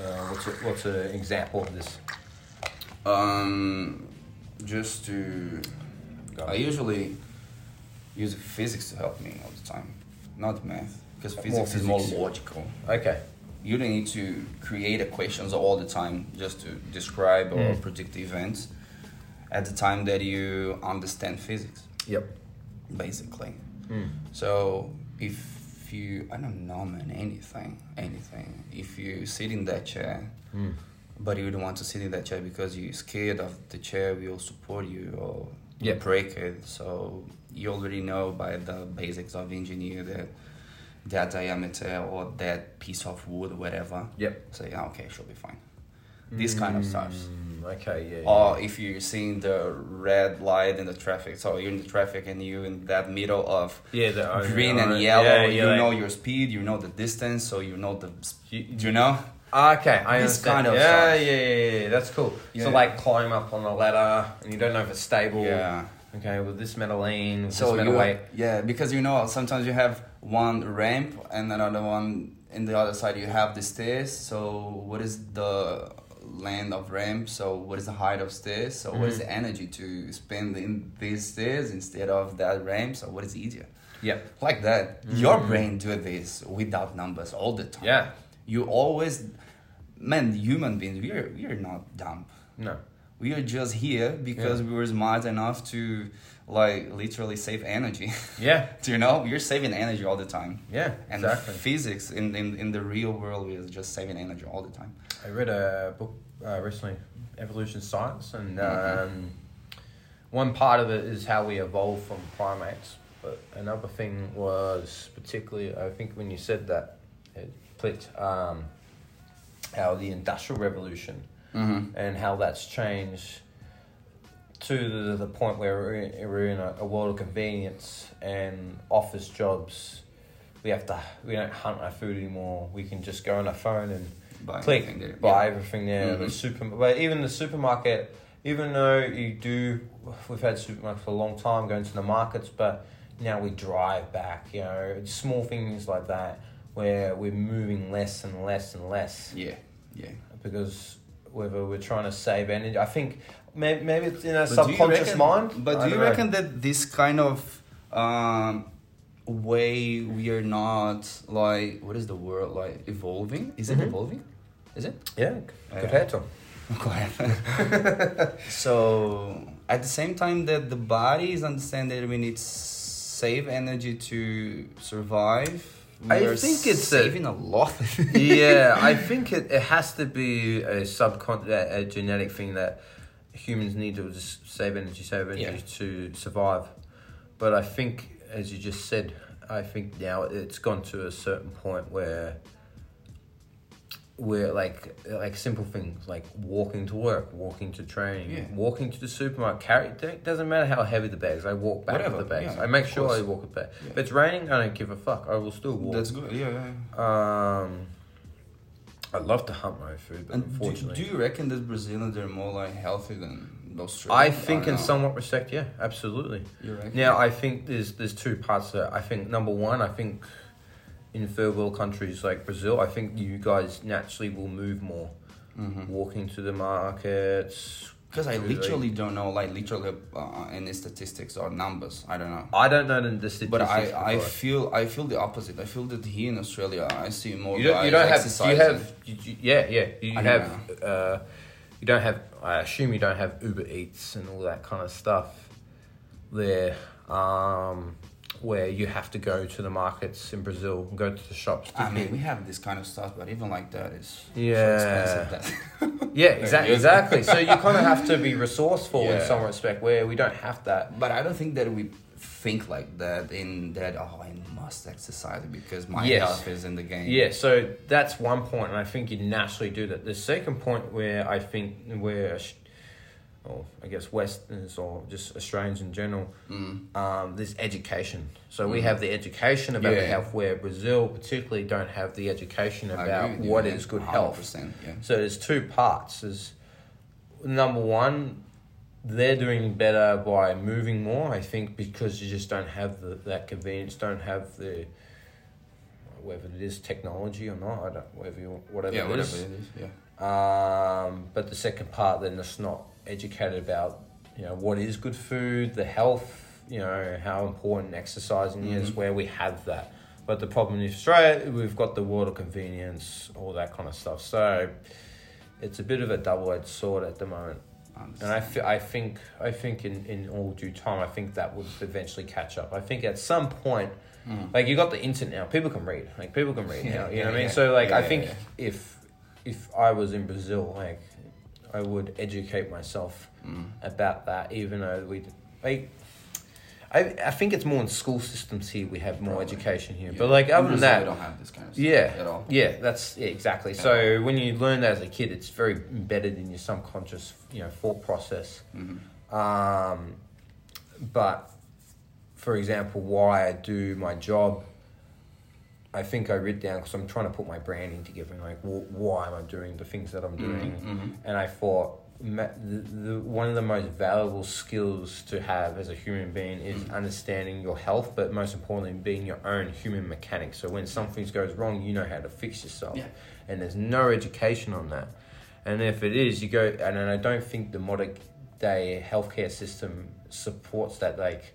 Uh, what's a, what's an example of this? Um, just to, I usually use physics to help me all the time, not math, because physics is more physics. logical. Okay. you don't need to create equations all the time just to describe or predict events at the time that you understand physics Yep. basically so if you i don't know man anything anything if you sit in that chair but you don't want to sit in that chair because you're scared of the chair will support you or Yeah. break it so you already know by the basics of engineer that that diameter or that piece of wood whatever Yep. so yeah, okay, she'll be fine. These kind of stuff. Mm, okay. Yeah. yeah. Or if you're seeing the red light in the traffic, so you're in the traffic and you're in that middle of Yeah, the orange- green and orange- yellow, yeah, you yeah, know like- your speed, you know the distance, so you know the, s- You- you know. Oh, Okay, I This understand. kind of yeah, songs. yeah, yeah, yeah, that's cool. Yeah. So like climb up on the ladder, and you don't know if it's stable. Yeah. Okay, with this metalline, with So this you metal weight. yeah, because you know sometimes you have one ramp and another one in the other side you have the stairs. So what is the length of ramp? So what is the height of stairs? So what Mm-hmm. is the energy to spend in these stairs instead of that ramp? So what is easier? Yeah. Like that, your brain do this without numbers all the time. Mm-hmm. Yeah. you always, man, human beings. We're we're not dumb No. we are just here because we were smart enough to like literally save energy Yeah. do you know you're saving energy all the time Yeah, and exactly. physics in, in in the real world is just saving energy all the time I read a book uh, recently, Evolution Science, and um, one part of it is how we evolved from primates. But another thing was particularly, I think when you said that, it clicked um, how the Industrial Revolution and how that's changed to the, the point where we're in, we're in a, a world of convenience and office jobs. We have to. We don't hunt our food anymore. We can just go on our phone and Buy click, everything there, buy yeah. everything there. Mm-hmm. The super, but even the supermarket. Even though you do, we've had supermarkets for a long time going to the markets, but now we drive back. You know, it's small things like that where we're moving less and less and less yeah yeah because whether we're trying to save energy, I think maybe, maybe it's in our But do you subconscious reckon- mind. but I do you don't know. reckon that this kind of um way we are not like what is the word like evolving is Mm-hmm. it evolving is it Yeah, Yeah. compared to Go ahead. so at the same time that the bodies understand that we need s- save energy to survive, we I are think it's a- saving a, lot. yeah, I think it, it has to be a subcon a, a genetic thing that humans need to just save energy, save energy to survive. But I think, as you just said, I think now it's gone to a certain point where where like like simple things like walking to work, walking to training, Yeah. walking to the supermarket, carry it doesn't matter how heavy the bags. I walk back Whatever, with the bags. yeah, I make of sure course. I walk it back. If it's raining, I don't give a fuck. I will still walk. That's good. Yeah. yeah, yeah. Um, I'd love to hunt my own food, but And do, unfortunately, do you reckon that Brazilians are more like healthy than Australians? I think in don't know. somewhat respect, yeah, absolutely. You reckon? Now, I think there's there's two parts to that. I think number one, I think in third world countries like Brazil, I think you guys naturally will move more, walking to the markets. Because I to, like- literally don't know, like literally, uh, any statistics or numbers. I don't know. I don't know the the statistics. But I, I before. feel I feel the opposite. I feel that here in Australia, I see more. You don't, you guys don't have. do You exercising. have. You, you- yeah, yeah. You I don't have. Uh, you don't have. I assume you don't have Uber Eats and all that kind of stuff there, um, where you have to go to the markets in Brazil and go to the shops. To I mean, pick- we have this kind of stuff, but even like that is Yeah. that. yeah, exactly. Exactly. So you kind of have to be resourceful in Yeah. some respect, where we don't have that. but I don't think that we think like that in that oh I must exercise because my Yes. health is in the game. Yeah, so that's one point, and I think you naturally do that. The second point where I think where, Aus- well, I guess Westerners or just Australians in general, Mm. um, there's education. So we have the education about the Yeah. health, where Brazil particularly don't have the education I about agree with you, what yeah, is good 100%, health. yeah. So there's two parts. Is number one, they're doing better by moving more. I think because you just don't have the, that convenience, don't have the whether it is technology or not. I don't whether you, whatever yeah, it whatever is. it is. Yeah, Um, but the second part, then it's not educated about you know what is good food, the health, you know how important exercising is, Mm-hmm. where we have that. But the problem in Australia, we've got the water convenience, all that kind of stuff. So it's a bit of a double edged sword at the moment. And I, fe- I think I think in, in all due time, I think that would eventually catch up. I think at some point, like you got the internet now, people can read. Like people can read now. You know what I mean? Mm. yeah. So like I Yeah, think yeah. if if I was in Brazil, like I would educate myself Mm. about that, even though we like. I, I think it's more in school systems here. We have more education here, but like other than Brazil, that, we don't have this kind of stuff yeah, at all. yeah, that's yeah, exactly. So when you learn that as a kid, it's very embedded in your subconscious, you know, thought process. Mm-hmm. Um, but for example, why I do my job I think I writ down because I'm trying to put my branding together and like, wh- why am I doing the things that I'm doing? And I thought ma- the, the, one of the most valuable skills to have as a human being is understanding your health, but most importantly, being your own human mechanic. So when something goes wrong, you know how to fix yourself. Yeah. And there's no education on that. And if it is, you go, and, and I don't think the modern day healthcare system supports that. Like,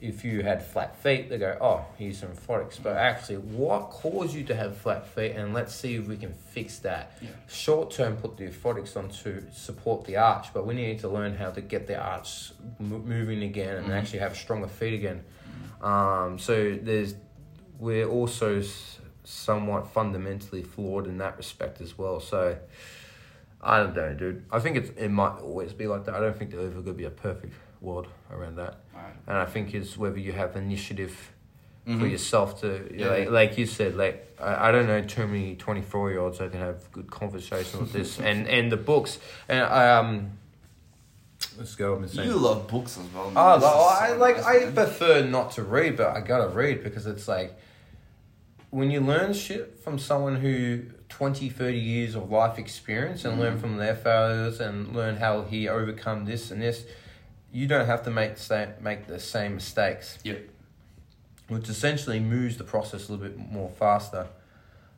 if you had flat feet, they go, oh, here's some Forex. But actually, what caused you to have flat feet? And let's see if we can fix that. Short term, put the Forex on to support the arch, but we need to learn how to get the arch m- moving again and actually have stronger feet again. Um, so there's, we're also s- somewhat fundamentally flawed in that respect as well. So I don't know, dude. I think it's it might always be like that. I don't think there'll ever gonna be a perfect world around that. And I think it's whether you have initiative for yourself to like, like you said, like I, I don't know too many twenty four year olds I can have good conversation with this and and the books and um let's go I'm You love books as well. Oh, man. This well, is I so like nice, I man. prefer not to read, but I gotta read because it's like when you learn shit from someone who 20, 30 years of life experience and Mm. learn from their failures and learn how he overcome this and this, you don't have to make sa- make the same mistakes, Yeah. which essentially moves the process a little bit more faster.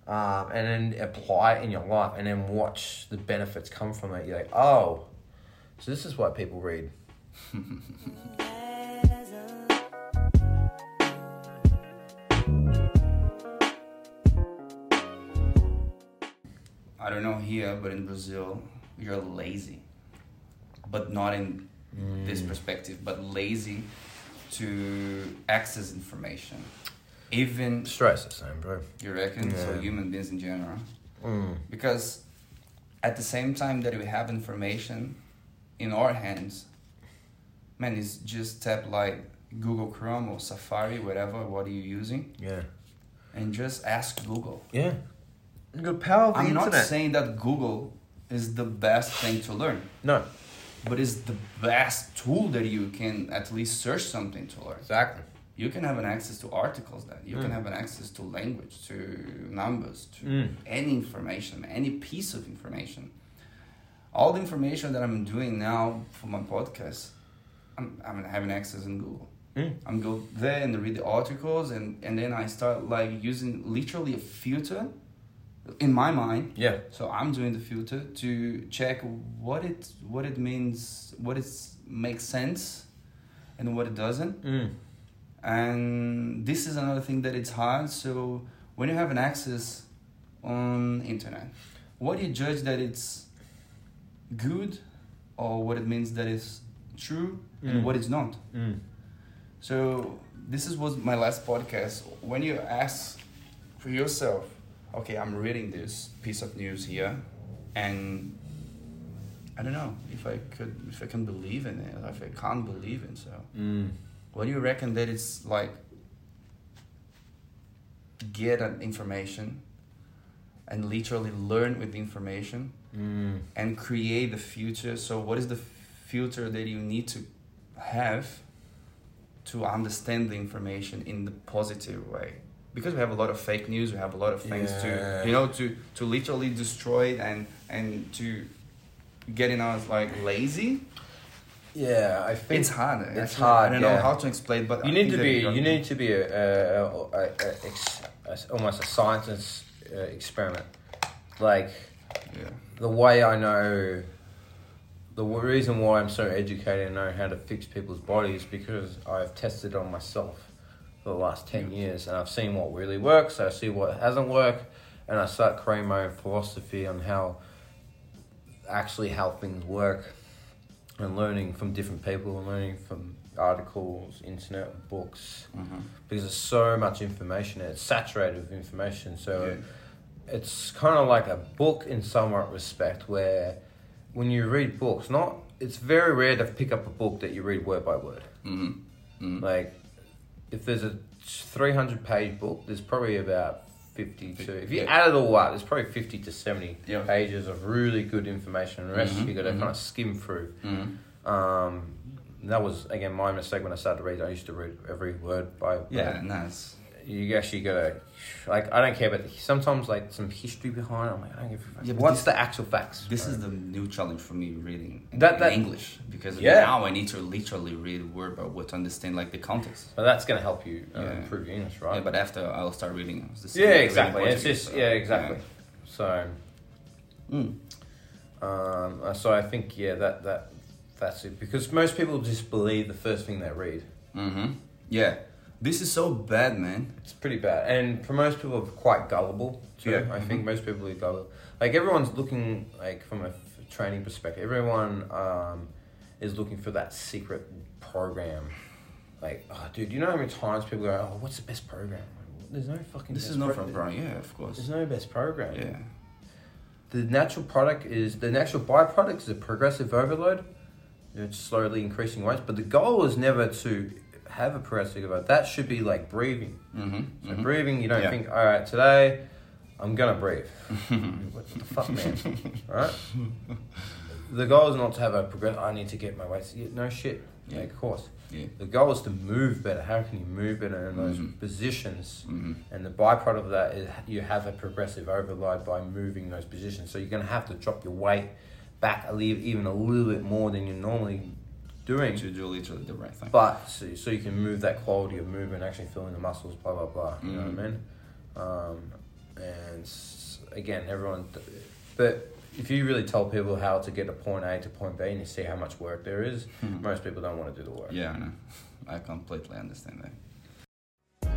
Um, and then apply it in your life and then watch the benefits come from it. You're like, oh, so this is why people read. I don't know here, but in Brazil, you're lazy, but not in Mm. this perspective, but lazy to access information. Even Stress the same, bro. you reckon? So Yeah. Mm. human beings in general. Because at the same time that we have information in our hands, man, it's just tap like Google Chrome or Safari, whatever, what are you using? Yeah. And just ask Google. Yeah. The power of the I'm internet. not saying that Google is the best thing to learn, no. but it's the best tool that you can at least search something to learn. Exactly. You can have an access to articles that you Mm. can have an access to language, to numbers, to any information, any piece of information. All the information that I'm doing now for my podcast, I'm, I'm having access in Google. Mm. I'm go there and read the articles, and, and then I start like using literally a filter in my mind. Yeah. So I'm doing the filter to check what it what it means, what it makes sense, and what it doesn't. Mm. And this is another thing that it's hard. So when you have an access on internet, what do you judge that it's good, or what it means that is true and what is not? Mm. So this is was my last podcast. When you ask for yourself, okay, I'm reading this piece of news here, and I don't know if I could, if I can believe in it, or if I can't believe in. So, Mm. what do you reckon that it's like? Get an information, and literally learn with the information, and create the future. So, what is the future that you need to have? to understand the information in the positive way because we have a lot of fake news we have a lot of things Yeah. to you know to to literally destroy it and and to getting us like lazy Yeah, I think it's hard It's actually. hard. i don't yeah. know how to explain but You I need think to that be. we got You it. need to be a, a, a, a, a, ex- a almost a scientist uh, experiment. Like yeah the way I know. The w- reason why I'm so educated and know how to fix people's bodies because I've tested on myself for the last ten years, and I've seen what really works. I see what hasn't worked, and I start creating my own philosophy on how actually how things work and learning from different people and learning from articles, internet, books, because there's so much information and it's saturated with information. So it's kind of like a book in somewhat respect where when you read books, not it's very rare to pick up a book that you read word by word. Mm-hmm. Like if there's a 300 page book, there's probably about 50 to, if you add it all up, there's probably 50 to 70 Yeah. Mm-hmm. pages of really good information. And the rest you got to kind of skim through. Um, that was, again, my mistake when I started to read. I used to read every word by yeah nice you actually gotta like I don't care about the sometimes like some history behind. it. I'm like I don't give a fuck. Yeah, but What's this- the actual facts? This is the new challenge for me reading in, That- in that- English because Yeah. now I need to literally read word by word to understand like the context. But that's gonna help you uh, Yeah. improve your English, right? Yeah, but after I'll start reading. it's the same yeah, reading exactly. It's Portuguese, just so, yeah, exactly. yeah. Hmm. So, um, uh, so I think yeah, that that that's it because most people just believe the first thing they read. Mhm. Yeah. This is so bad, man. It's pretty bad, and for most people, quite gullible too. Yeah. mm-hmm. I think most people are gullible. Like everyone's looking like from a f- training perspective, everyone um, is looking for that secret program. Like, oh, dude, you know how many times people go, "Oh, what's the best program?" There's no fucking. This best is not pro- from Brian. Yeah, of course. There's no best program. Yeah. the natural product is the natural byproduct is a progressive overload. It's slowly increasing rates, but the goal is never to have a progressive overload. That should be like breathing. Mm-hmm. So breathing, you don't Yeah. think, all right, today I'm gonna breathe. what the fuck, man? all right. The goal is not to have a progress. I need to get my weights. Yeah, No shit. Yeah. Yeah, of course. Yeah. The goal is to move better. How can you move better in those positions? And the byproduct of that is you have a progressive overload by moving those positions. So you're going to have to drop your weight back a little, even a little bit more than you're normally doing. To do literally the right thing. But so, so you can move that quality of movement, actually feeling the muscles, blah blah blah. You know what I mean? Um, and s- again, everyone. But if you really tell people how to get to point A to point B, and you see how much work there is, most people don't want to do the work. yeah, I know. I completely understand that.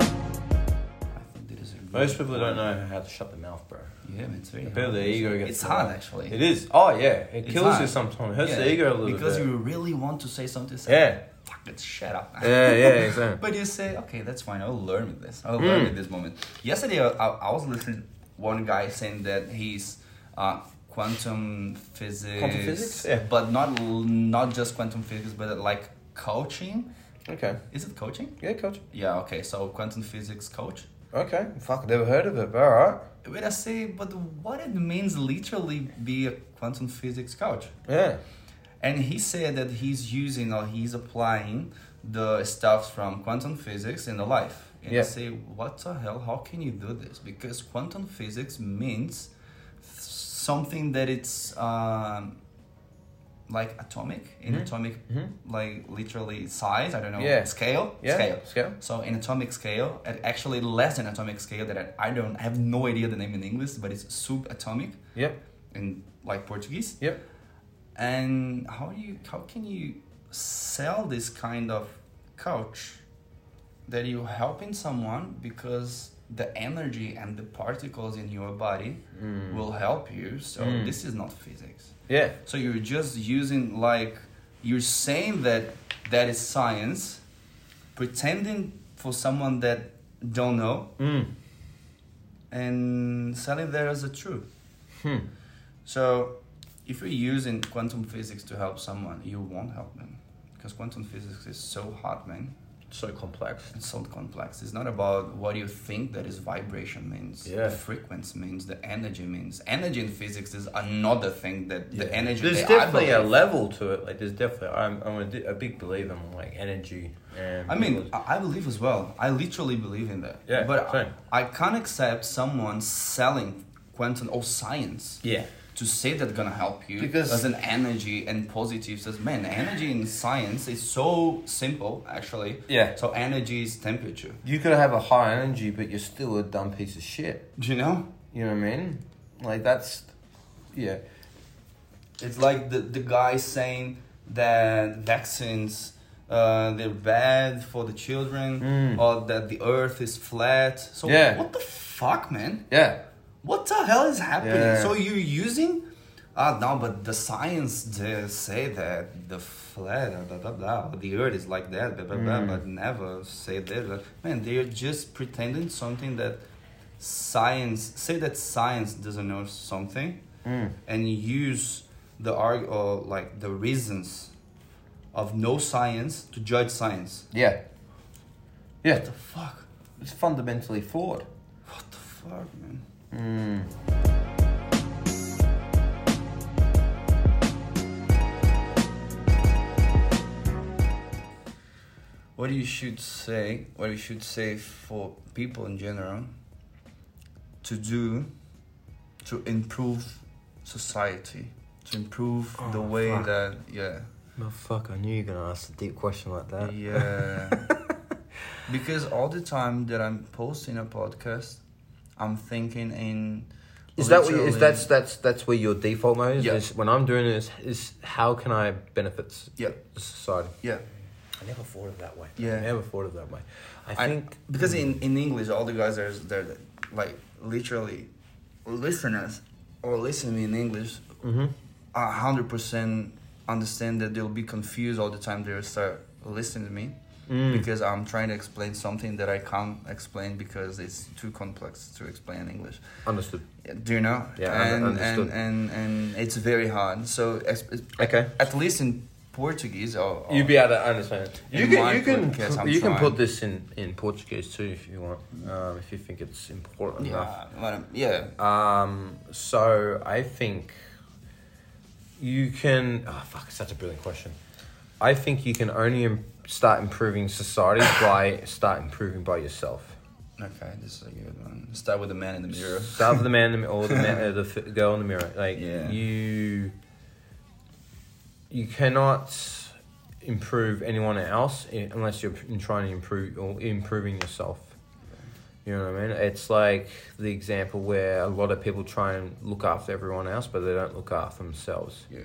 I think that is a good Most people point. don't know how to shut the mouth, bro. Yeah, man, it's very Bit of hard. the ego gets. It's to hard that. actually. It is. Oh yeah, it It's kills you hard. sometimes. Hurts Yeah, the ego a little because bit. you really want to say something. Say, Yeah. Fuck it, shut up. Yeah, yeah, exactly. Mm. but you say, okay, that's fine. I'll learn with this. I'll learn with this moment. Yesterday, I, I I was listening one guy saying that he's uh, quantum physics, physics? Yeah. but not not just quantum physics, but uh, like coaching. Okay. Is it coaching? Yeah, coach. Yeah. Okay. So quantum physics coach. Okay. Fuck, never heard of it. But all right. Wait, I say, but what it means literally be a quantum physics coach? Yeah. And he said that he's using or he's applying the stuff from quantum physics in the life. And Yeah. I say, what the hell? How can you do this? Because quantum physics means something that it's um, like atomic, in atomic, like literally size. I don't know, Mm-hmm. Yeah. scale, Yeah, scale, scale. So in atomic scale, and actually less than atomic scale. That I, I don't I have no idea the name in English, but it's subatomic Yep. in like Portuguese Yep. and how do you how can you sell this kind of couch that you're helping someone because the energy and the particles in your body will help you so this is not physics Yeah. so you're just using like you're saying that that is science pretending for someone that don't know Mm. and selling there as a truth. Hmm. So, if you're using quantum physics to help someone, you won't help them because quantum physics is so hard, man. So complex. It's so complex. It's not about what you think that is vibration means, Yeah. the frequency means, the energy means. Energy in physics is another thing that the energy. There's that I definitely a believe- level to it. Like there's definitely. I'm I'm a, di- a big believer in like energy. And I mean, I I believe as well. I literally believe in that. Yeah, but I, same. I can't accept someone selling quantum or science. yeah. to say that gonna help you Because- as an energy and positive says man energy in science is so simple actually Yeah. so energy is temperature You could have a high energy, but you're still a dumb piece of shit. do you know You know what I mean? Like that's, yeah. it's like the, the guy saying that vaccines uh, they're bad for the children or that the earth is flat so Mm. Yeah. what the fuck man Yeah. what the hell is happening? Yeah. So you're using ah no, but the science they say that the flat blah blah blah the earth is like that blah blah blah, but never say that. But, Man, they're just pretending something that science say that science doesn't know something and use the arg or like the reasons of no science to judge science. Yeah. Yeah. What the fuck? It's fundamentally flawed. What the fuck, man? Mm. what you should say, what you should say for people in general to do to improve society, to improve the way fuck. that yeah, Oh, fuck, I knew you were going to ask a deep question like that. yeah. because all the time that I'm posting a podcast, I'm thinking in Is that what you, literally- is that's that's that's where your default mode is? Yeah. is when I'm doing this, is how can I benefit s- Yeah. society? yeah. I never thought of it that way. Yeah. I never thought of it that way. I, I think because in, in English, all the guys are they're like literally listeners or listening in English. Mm-hmm. A hundred percent understand that they'll be confused all the time they start listening to me Mm. because I'm trying to explain something that I can't explain because it's too complex to explain in English. understood. Do you know? Yeah, I and, understood. and and and it's very hard. So es- es- Okay. at least in Portuguese, or, or You'd be able to understand. it. You In can my you can podcast, I'm you can trying. put this in in Portuguese too if you want. Um, if you think it's important enough. yeah, what I'm- yeah, Um, so I think you can. Oh fuck! It's such a brilliant question. I think you can only Im- start improving society by start improving by yourself. Okay, this is a good one. Start with the man in the mirror. Start with the man in the, or the, man, uh, the f- girl in the mirror. Like Yeah. you, you cannot improve anyone else i- unless you're p- trying to improve or improving yourself. You know what I mean? It's like the example where a lot of people try and look after everyone else, but they don't look after themselves. Yeah.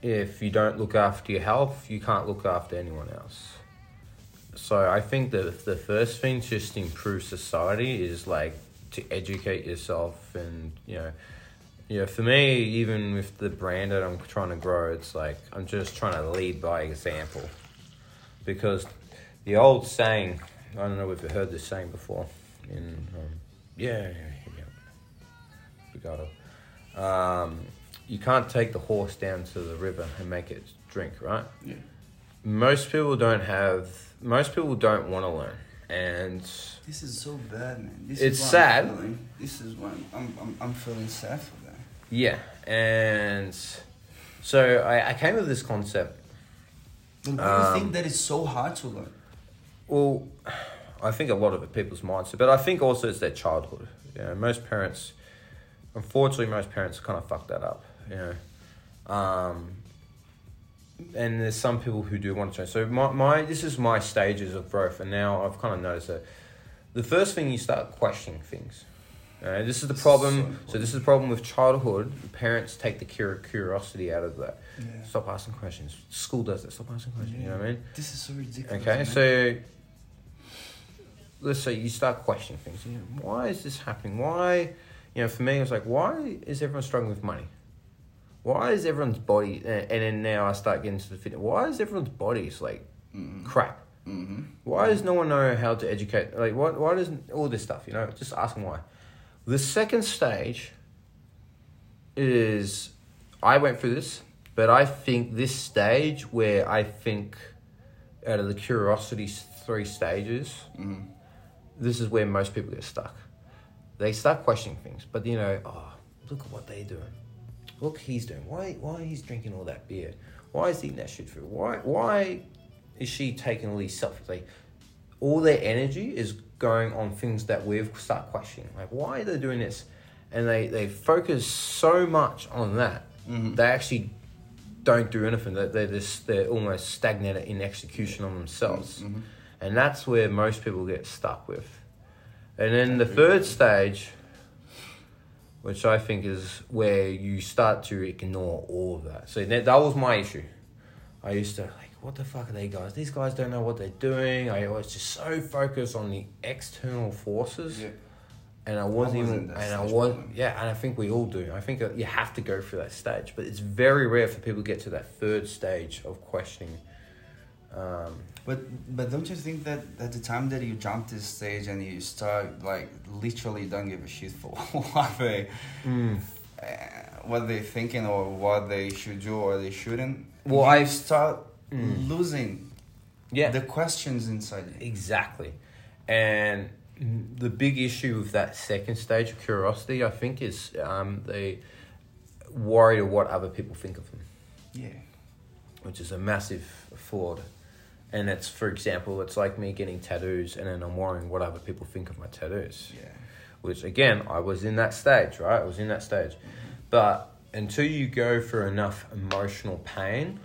If you don't look after your health, you can't look after anyone else. So I think that the first thing to just improve society is like to educate yourself and you know yeah, for me, even with the brand that I'm trying to grow, it's like I'm just trying to lead by example. Because the old saying, I don't know if you've heard this saying before, in um, yeah, yeah, yeah, Brigado. Um, you can't take the horse down to the river and make it drink, right? Yeah. Most people don't have. Most people don't want to learn, and This is so bad, man. This It's is what sad. I'm feeling. This is what I'm, I'm, I'm, I'm feeling sad for that. Yeah, and so I, I came with this concept. But why Um, do you think that it's so hard to learn? Well, I think a lot of people's mindset, but I think also it's their childhood. You know, most parents, unfortunately, most parents kind of fuck that up. You know, um, and there's some people who do want to change. So my, my this is my stages of growth, and now I've kind of noticed that the first thing you start questioning things. Uh, this is the problem. So, this is the problem with childhood. Parents take the cur- curiosity out of that. Yeah. Stop asking questions. School does that. Stop asking questions. You know what I mean? This is so ridiculous. Okay, man. so let's say you start questioning things. You know, why is this happening? Why, you know, for me, it was like, why is everyone struggling with money? Why is everyone's body? a- And then now I start getting to the fitness. Why is everyone's bodies like crap? Mm-hmm. Why does no one know how to educate? Like, why, why doesn't all this stuff? You know, just asking why. The second stage is I went through this, but I think this stage where I think out of the curiosity s- three stages, this is where most people get stuck. They start questioning things, but you know, oh, look at what they're doing. Look, he's doing. Why? Why he's drinking all that beer? Why is he eating that shit food? Why? Why is she taking all these selfies? Like, all their energy is going on things that we've start questioning. Like, why are they doing this? And they they focus so much on that they actually don't do anything. They they're just they're almost stagnant in execution on themselves, and that's where most people get stuck with. And then the third stage, which I think is where you start to ignore all of that. So that, that was my issue. I used to like, what the fuck are they guys? These guys don't know what they're doing. I was just so focused on the external forces. Yeah. And I wasn't I was in even, that and I stage was, probably. yeah, and I think we all do. I think that you have to go through that stage, but it's very rare for people to get to that third stage of questioning. Um, But but don't you think that at the time that you jump this stage and you start like literally don't give a shit for what they uh, what they thinking or what they should do or they shouldn't. Well, you I- start Mm. losing yeah, the questions inside you. Exactly. And the big issue with that second stage of curiosity, I think, is um, they worry what other people think of them, Yeah. which is a massive fraud. And it's, for example, it's like me getting tattoos and then I'm worrying what other people think of my tattoos. Yeah. Which, again, I was in that stage, right? I was in that stage. Mm-hmm. But until you go through enough emotional pain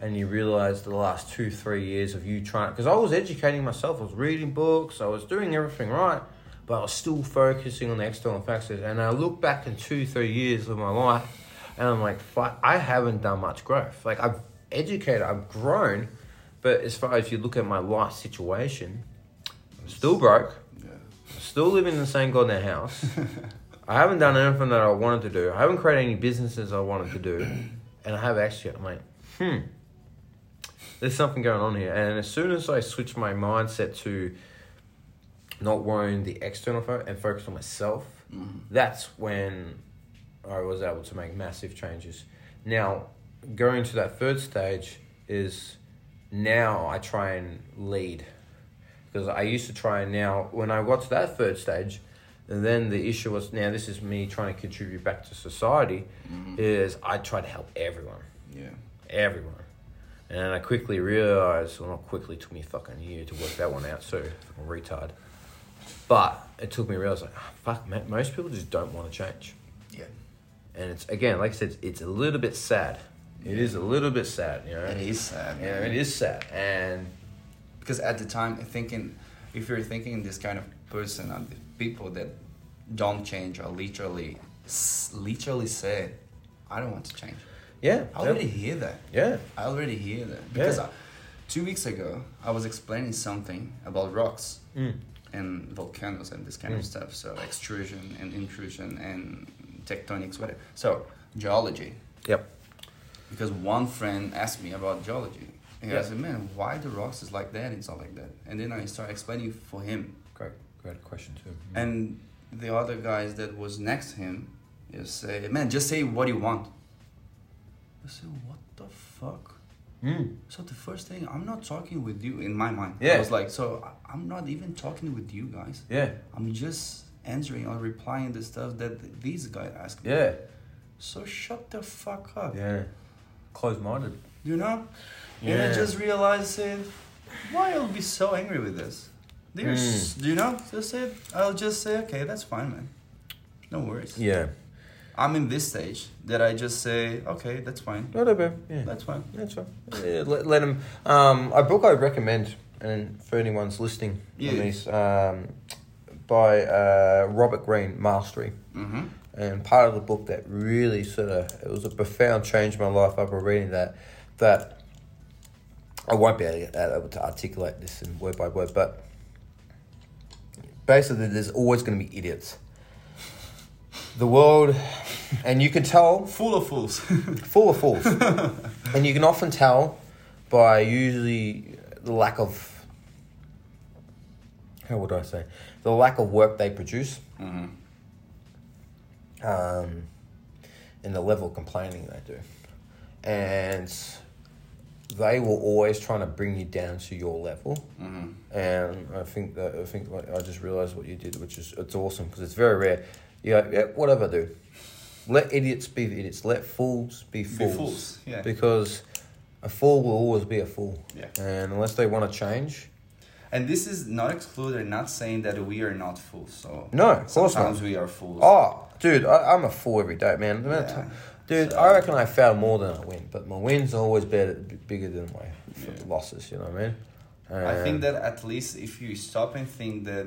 and you realize the last two, three years of you trying, because I was educating myself, I was reading books, I was doing everything right, but I was still focusing on the external factors. And I look back in two, three years of my life and I'm like, fuck, I haven't done much growth. Like, I've educated, I've grown, but as far as you look at my life situation, I'm still broke, still living in the same goddamn house. I haven't done anything that I wanted to do. I haven't created any businesses I wanted to do, and I have actually. I'm like, hmm, there's something going on here. And as soon as I switch my mindset to not worrying the external fo- and focus on myself, that's when I was able to make massive changes. Now, going to that third stage is now I try and lead because I used to try and now when I got to that third stage, and then the issue was now this is me trying to contribute back to society, is I try to help everyone, Yeah. everyone, and I quickly realized well not quickly it took me fucking a year to work that one out so fucking retard, but it took me to realize like ah, fuck man, most people just don't want to change Yeah. and it's again like i said it's a little bit sad it is a little bit sad you know It is sad. yeah man. it is sad and because at the time thinking if you're thinking this kind of person and the people that don't change are literally s- literally said i don't want to change yeah i already hear that yeah i already hear that because Yeah. I, two weeks ago i was explaining something about rocks Mm. and volcanoes and this kind of stuff so extrusion and intrusion and tectonics whatever so geology yep because one friend asked me about geology. And I Yeah. said, man, why the rocks is like that and stuff like that? And then I started explaining for him. great great question too And the other guys that was next to him is say, man, just say what you want. I said, what the fuck? Mm. So the first thing, I'm not talking with you in my mind. I Yeah. was like, so I- I'm not even talking with you guys. Yeah, I'm just answering or replying the stuff that these guys asked me. yeah, So shut the fuck up. yeah. Close minded. You know? And I Yeah. just realized, said, why I'll be so angry with this? Hmm. There's, you know, just said, I'll just say, okay, that's fine, man. No worries. Yeah. I'm in this stage that I just say, okay, that's fine. No, no, babe. Yeah. That's fine. That's right. Yeah, let, let 'em- Um, a book I recommend, and for anyone's listening on Yeah. this, um, by uh, Robert Greene, Mastery. Mm-hmm. And part of the book that really sort of, it was a profound change in my life after reading that, that I won't be able to, uh, able to articulate this in word by word, but basically there's always going to be idiots. The world, and you can tell Full of fools. full of fools. and you can often tell by usually the lack of how would I say the lack of work they produce, Mm-hmm. um, and the level of complaining they do, and they will always trying to bring you down to your level. Mm-hmm. And I think that I think like, I just realized what you did, which is it's awesome because it's very rare. You know, yeah, whatever I do. Let idiots be idiots. Let fools be fools. fools, yeah. Because a fool will always be a fool. Yeah. And unless they want to change, and this is not excluded, not saying that we are not fools. So No, of course not. sometimes we are fools. Oh, dude, I, I'm a fool every day, man. The amount of Yeah. time- dude, I reckon I fail more than I win, but my wins are always better, b- bigger than my f- losses. You know what I mean? I think Um, that at least if you stop and think that,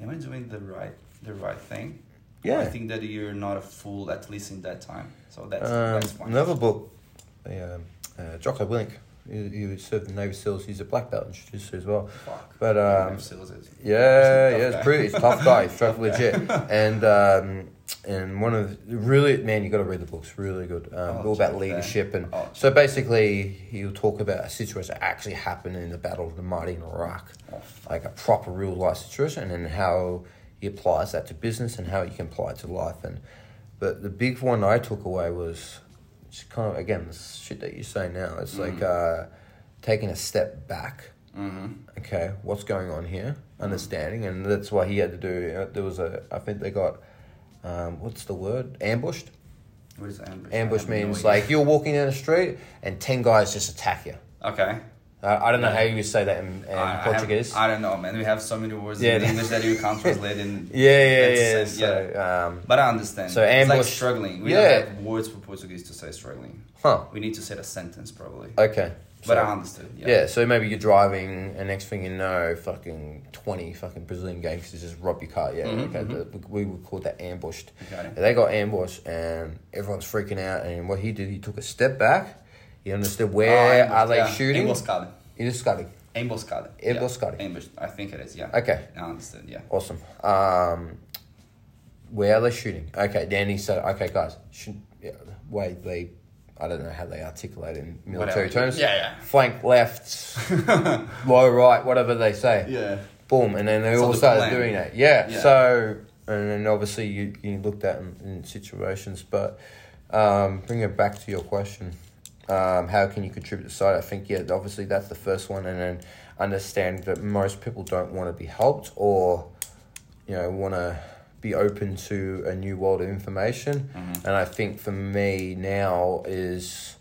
am I doing the right, the right thing? Yeah. I think that you're not a fool, at least in that time. So that's, Um, that's fine. another book, the, um, uh, Jocko Willink, he, he served in Navy SEALs. He's a black belt in jiu-jitsu as well. Fuck. But um, Still is- Yeah, He's a tough yeah, it's guy. pretty. It's a tough guy. He's tough legit. And um, and one of the, really man, you got to read the books. Really good. Um, I'll all check about that. leadership and I'll so basically he'll talk about a situation that actually happened in the Battle of the Marty in Iraq, Oh. like a proper real life situation, and how he applies that to business and how you can apply it to life. And but the big one I took away was it's kind of again the shit that you say now. It's like Mm. uh, taking a step back. Mm-hmm. Okay, what's going on here? Mm. Understanding, and that's why he had to do. Uh, there was a. I think they got. Um, what's the word? Ambushed. What is ambush? I Ambush have no means idea. like you're walking down the street and ten guys just attack you. Okay. Uh, I don't know how you would say that in, in I- I have- Portuguese. I, don't know, man. We have so many words Yeah. in English that you can't translate in. yeah, yeah, yeah. It's, So, um, But I understand. So it's like ambush- struggling. We Yeah. don't have words for Portuguese to say struggling. huh? We need to say a sentence probably. Okay. but So- I understood. Yeah. Yeah, so maybe you're driving, and next thing you know, fucking twenty fucking Brazilian gangsters just rob your car. Yeah, Mm-hmm, okay, the- we would call that ambushed. Got it. They got ambushed, and everyone's freaking out. And what he did, he took a step back. He understood where ambushed, are they Oh, yeah. shooting. Emboscada. He just got it. Emboscada. Emboscada. Yeah. Ambush. I think it is. Yeah. Okay. I understood. Yeah. Awesome. Um, where are they shooting? Okay, then he said, okay, guys, should, yeah, wait, they, I don't know how they articulate in military Whatever. terms. Yeah, yeah. Flank left, low right, whatever they say. Yeah. Boom, and then they It's on all the started plan. doing that. Yeah, Yeah. so, and then obviously you, you looked at in, in situations, but um, bring it back to your question. Um, how can you contribute to side? I think, yeah, obviously that's the first one, and then understand that most people don't want to be helped or you know want to be open to a new world of information and i think for me now is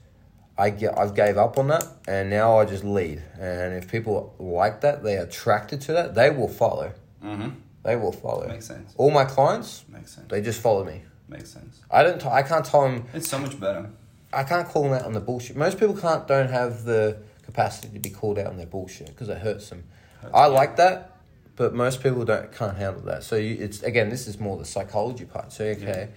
i get i've gave up on that and now i just lead and if people like that they're attracted to that they will follow Mm-hmm. they will follow Makes sense. all my clients Makes sense. they just follow me Makes sense. i don't t- i can't tell them It's so much better. i can't call them out on the bullshit most people can't don't have the capacity to be called out on their bullshit because it hurts them i like that but most people don't can't handle that. So you, it's again, this is more the psychology part. So okay,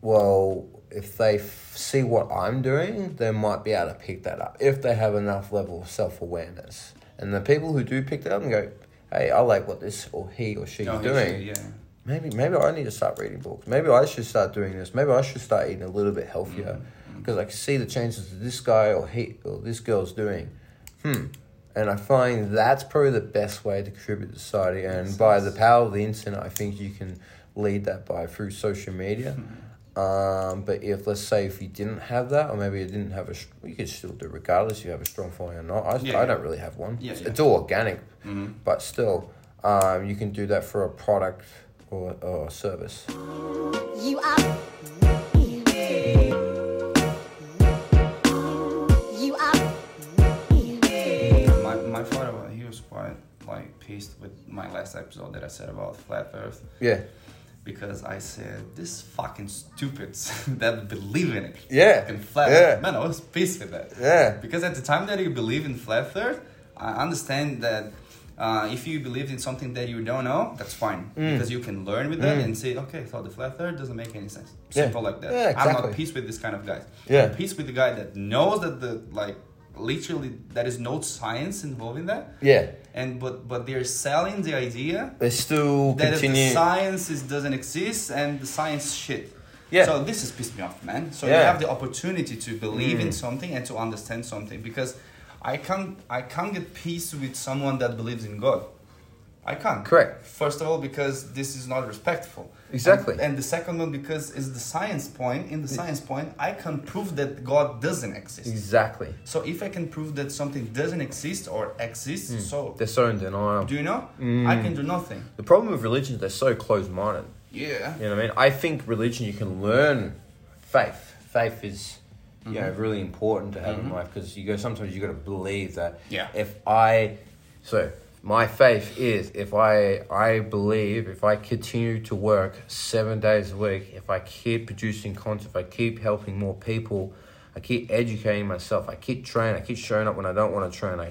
well, if they f- see what I'm doing, they might be able to pick that up if they have enough level of self awareness. And the people who do pick that up and go, "Hey, I like what this or he or she No, is Oh, he, she, doing." Yeah. Maybe maybe I need to start reading books. Maybe I should start doing this. Maybe I should start eating a little bit healthier Mm. because I can see the changes that this guy or he or this girl's doing. Hmm. And I find that's probably the best way to contribute to society. And by the power of the internet, I think you can lead that by through social media. Hmm. Um, but if let's say if you didn't have that, or maybe you didn't have a, str- you could still do regardless. if You have a strong following or not. I, Yeah, I yeah. don't really have one. Yeah, it's, yeah. it's all organic, Mm-hmm. but still, um, you can do that for a product or, or a service. You are. You are. My, my father, well, he was quite like pissed with my last episode that I said about flat Earth Yeah, because I said this fucking stupids that believe in it. Yeah, In flat yeah. Earth. Man, I was pissed with that. Yeah. Because at the time that you believe in flat Earth, I understand that. Uh, if you believe in something that you don't know, that's fine Mm. because you can learn with that and say, okay, so the flat earth doesn't make any sense. Yeah. Simple like that. Yeah, I'm exactly. not peace with this kind of guys. Yeah. I'm peace with the guy that knows that the like literally there is no science involved in that. yeah. And but but they're selling the idea They still that if the continue. science is, doesn't exist and the science shit. Yeah. So this has pissed me off, man. So you Yeah. Mm. have the opportunity to believe in something and to understand something because I can't I can't get peace with someone that believes in God. I can't. Correct. First of all, because this is not respectful. Exactly. And, and the second one because it's the science point. In the science point, I can prove that God doesn't exist. Exactly. So if I can prove that something doesn't exist or exists, Mm. so They're so in denial. do you know? Mm. I can do nothing. The problem with religion is they're so closed minded. Yeah. You know what I mean? I think religion you can learn faith. Faith is Mm-hmm. you know really important to have in life because you go sometimes you got to believe that Yeah. if I so my faith is if I I believe if I continue to work 7 days a week if I keep producing content if I keep helping more people I keep educating myself I keep training I keep showing up when I don't want to train I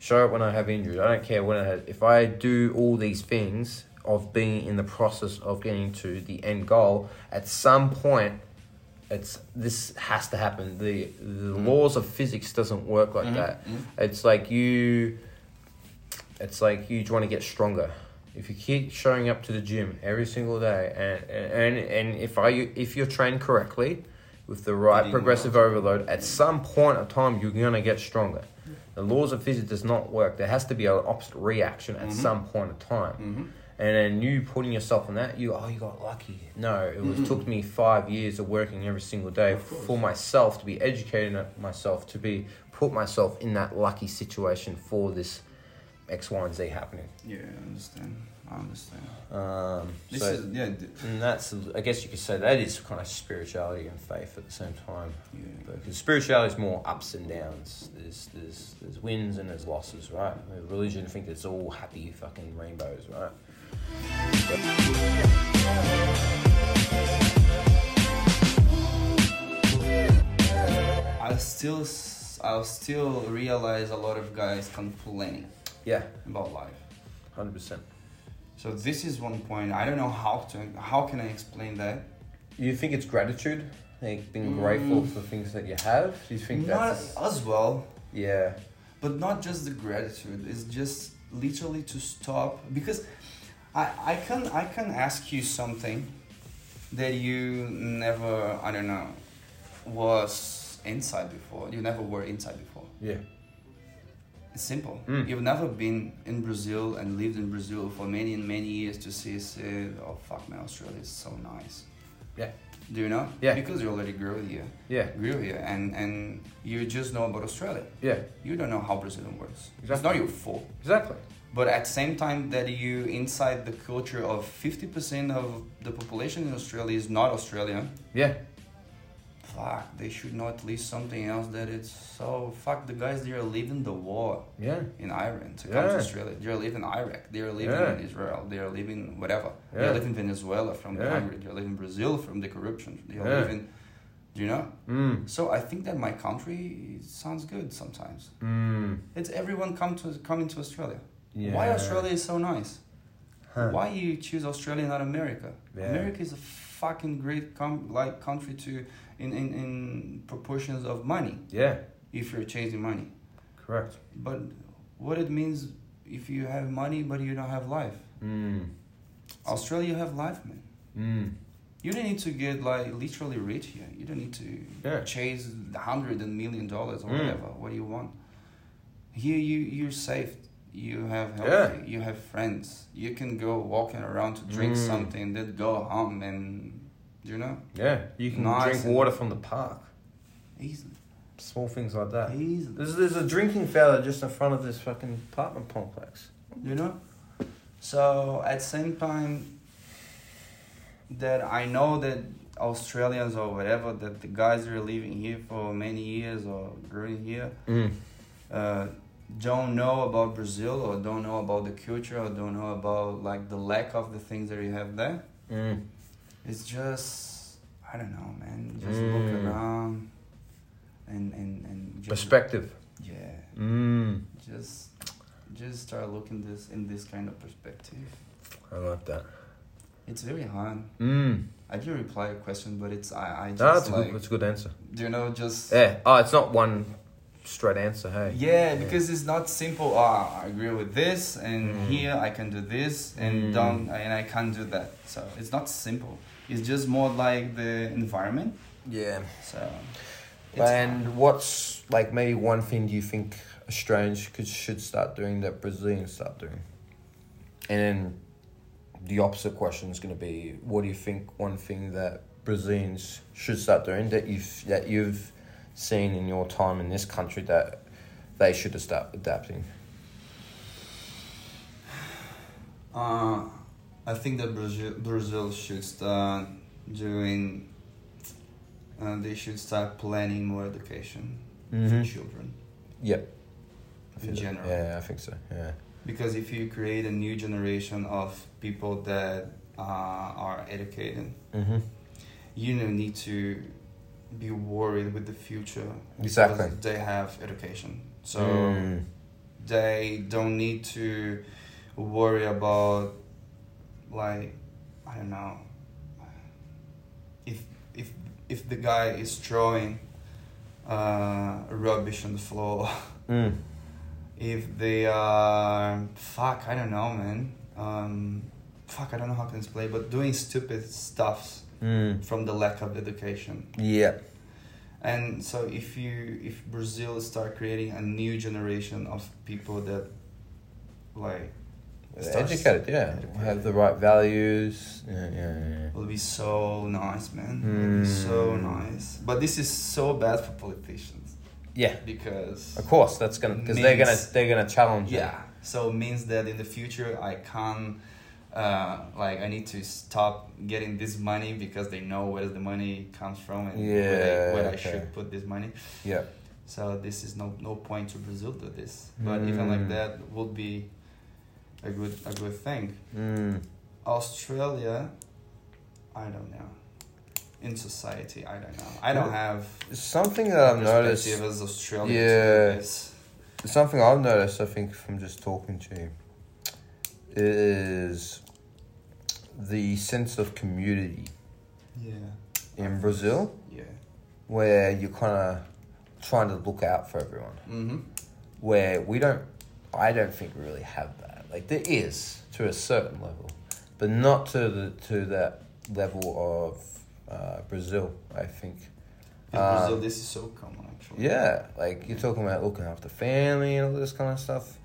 show up when I have injuries I don't care when I have, if I do all these things of being in the process of getting to the end goal at some point it's this has to happen the the laws of physics doesn't work like that it's like you it's like you want to get stronger if you keep showing up to the gym every single day and and and if i if you're trained correctly with the right Eating progressive overload at some point of time you're going to get stronger the laws of physics does not work there has to be an opposite reaction at some point of time and then you putting yourself in that you oh you got lucky no it was took me five years of working every single day for myself to be educating myself to be put myself in that lucky situation for this X, Y, and Z happening. Yeah, I understand. I understand. Um, This so- is yeah. d- And that's, I guess you could say that is kind of spirituality and faith at the same time. Yeah. Because spirituality is more ups and downs. There's, there's, there's wins and there's losses, right? With Religion think it's all happy fucking rainbows, right? I still s- I still realize a lot of guys complain Yeah, about life. 100%. So this is one point. I don't know how to how can I explain that. You think it's gratitude? Like being grateful for things that you have? Do you think Not that's. as well, Yeah. but not just the gratitude. It's just literally to stop because I I can I can ask you something that you never I don't know was inside before. You never were inside before. Yeah. It's simple. Mm. You've never been in Brazil and lived in Brazil for many and many years to see, say, oh fuck man, Australia is so nice. Yeah. Do you know? Yeah. Because you already grew here. Yeah. Grew here and, and you just know about Australia. Yeah. You don't know how Brazilian works. It's Exactly. not your fault. Exactly. But at the same time that you inside the culture of 50% of the population in Australia is not Australian, Yeah. fuck, they should know at least something else that it's so fuck the guys they are leaving the war Yeah. in Iran to come to Yeah. Australia. They're living in Iraq. They're living Yeah. in Israel. They're living whatever. Yeah. They're living Venezuela from the Yeah. hunger. They're living Brazil from the corruption. They're Yeah. living, do you know? Mm. So I think that my country sounds good sometimes. Mm. It's everyone come to coming to Australia. Yeah. Why Australia is so nice? Huh. Why you choose Australia not America? Yeah. America is a fucking great com- like country to in, in, in proportions of money Yeah. if you're chasing money. Correct. But what it means if you have money but you don't have life. Mm. Australia you have life, man. Mm. You don't need to get like literally rich here. You don't need to Yeah. chase the hundred and million dollars or Mm. whatever. What do you want? Here you you're safe. You have healthy. Yeah. You have friends. You can go walking around to drink Mm. something, then go home and you know Yeah, you can Nice drink and- water from the park. easily, Small things like that. easily. There's, there's a drinking fountain just in front of this fucking apartment complex. you know so at same time that i know that australians or whatever that the guys are living here for many years or growing here Mm. uh, don't know about brazil or don't know about the culture or don't know about like the lack of the things that you have there Mm. it's just i don't know man just Mm. look around and and and just, Perspective. yeah Mm. just just start looking this in this kind of perspective I like that. It's very hard. Mm. I did reply a question, but it's I I No, just that's, a like good, that's a good answer. do you know just yeah, Yeah. Oh, it's not one straight answer, hey? because it's not simple. Ah, I agree with this, and here I can do this, and Mm. don't and I can't do that. So it's not simple. It's just more like the environment. Yeah. So it's and what's, like, maybe one thing do you think Australians could, should start doing that Brazilians start doing? And then the opposite question is going to be what do you think one thing that Brazilians should start doing that you've, that you've seen in your time in this country that they should have start adapting? Uh, I think that Brazil, Brazil should start doing. Uh, they should start planning more education for Mhm. children Yep. in general. Yeah, I think so. Yeah. Because if you create a new generation of people that uh, are educated, Mm-hmm. you don't need to be worried with the future. because Exactly. They have education. So Mm. they don't need to worry about, like, I don't know, if, if, if the guy is throwing uh, rubbish on the floor Mm. if they are fuck i don't know man um fuck i don't know how to explain but doing stupid stuffs Mm. from the lack of education Yeah. and so if you if brazil start creating a new generation of people that like starts- Educated, yeah. Have the right values. Yeah, yeah, yeah. will be so nice man It'll be so nice but this is so bad for politicians Yeah, because of course. That's gonna because they're gonna Means- they're gonna challenge. it. yeah So it means that in the future I can, uh, like I need to stop getting this money because they know where the money comes from and where, Yeah, they, where I okay. should put this money. Yeah. So this is no no point to Brazil do this. But even Mm. like that would be a good a good thing. Mm. Australia, I don't know. In society, I don't know. I don't have Something that I've noticed. perspective as Australia. Yeah. To this. Something I've noticed, I think, from just talking to you, is the sense of community Yeah. in Brazil, Yeah. where you're kind of trying to look out for everyone. Mm-hmm. Where we don't, I don't think we really have that. Like there is to a certain level, but not to the to that level of uh, Brazil. I think. In Um, Brazil, this is so common actually. Yeah, like you're talking about looking after family and all this kind of stuff.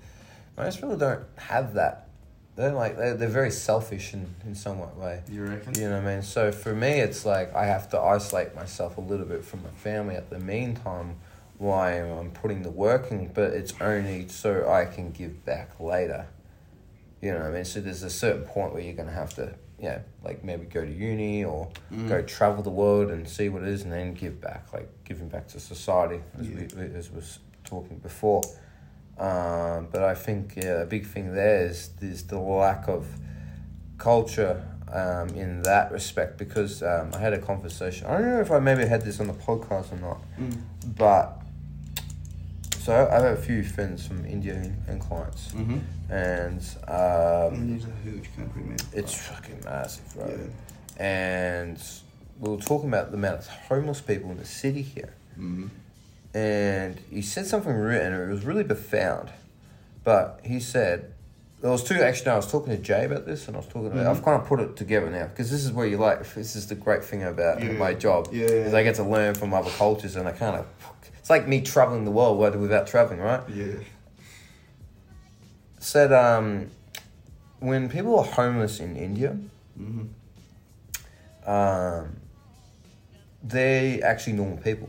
Most people don't have that. They're like they're, they're very selfish in in somewhat way. You reckon? You know what I mean? So for me, it's like I have to isolate myself a little bit from my family at the meantime, why I'm putting the work in, but it's only so I can give back later. You know what I mean? So there's a certain point where you're gonna have to, you know, like maybe go to uni or go travel the world and see what it is, and then give back, like giving back to society, as we as was talking before. Um, but I think yeah, a big thing there is is the lack of culture um, in that respect because um, I had a conversation. I don't know if I maybe had this on the podcast or not, but so I have a few friends from India and- and clients, Mm-hmm. and um, India is a huge country, man. it's fucking massive, right? And we were talking about the amount of homeless people in the city here. Mm-hmm. And he said something, re- and it was really profound. But he said, there was two, actually, no, I was talking to Jay about this, and I was talking about, Mm-hmm. I've kind of put it together now, because this is where you like, this is the great thing about Yeah. my job. Yeah, yeah, Is I get to learn from other cultures, and I kind of, it's like me traveling the world whether- without traveling, right? Yeah. said um, when people are homeless in India, um, they actually normal people.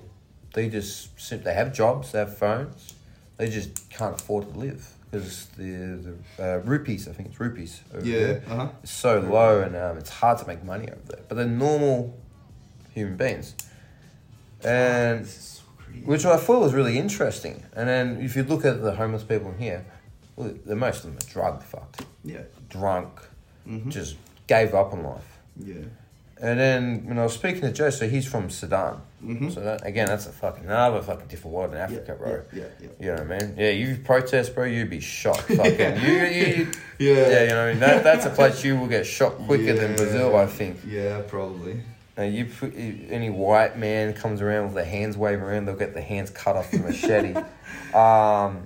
They just sit, they have jobs, they have phones, they just can't afford to live because the, the uh, rupees, I think it's rupees, over Yeah. there, Uh huh. is so low and um, it's hard to make money over there. But they're normal human beings, and This is so crazy. which I thought was really interesting. And then if you look at the homeless people in here, well, the most of them are drug fucked, Yeah. drunk, Mm-hmm. just gave up on life. Yeah. And then when I was speaking to Joe, so he's from Sudan. So that, again, that's a fucking another fucking different world in Africa, bro. Mm-hmm. yeah, yeah. You know what I mean? Yeah, you protest, bro, you'd be shot. Fucking, you, you, Yeah. yeah. You know, what I mean? that, that's a place you will get shot quicker than Yeah. Brazil, I think. Yeah, probably. Now you put, any white man comes around with their hands waving around, they'll get their hands cut off with a machete. um,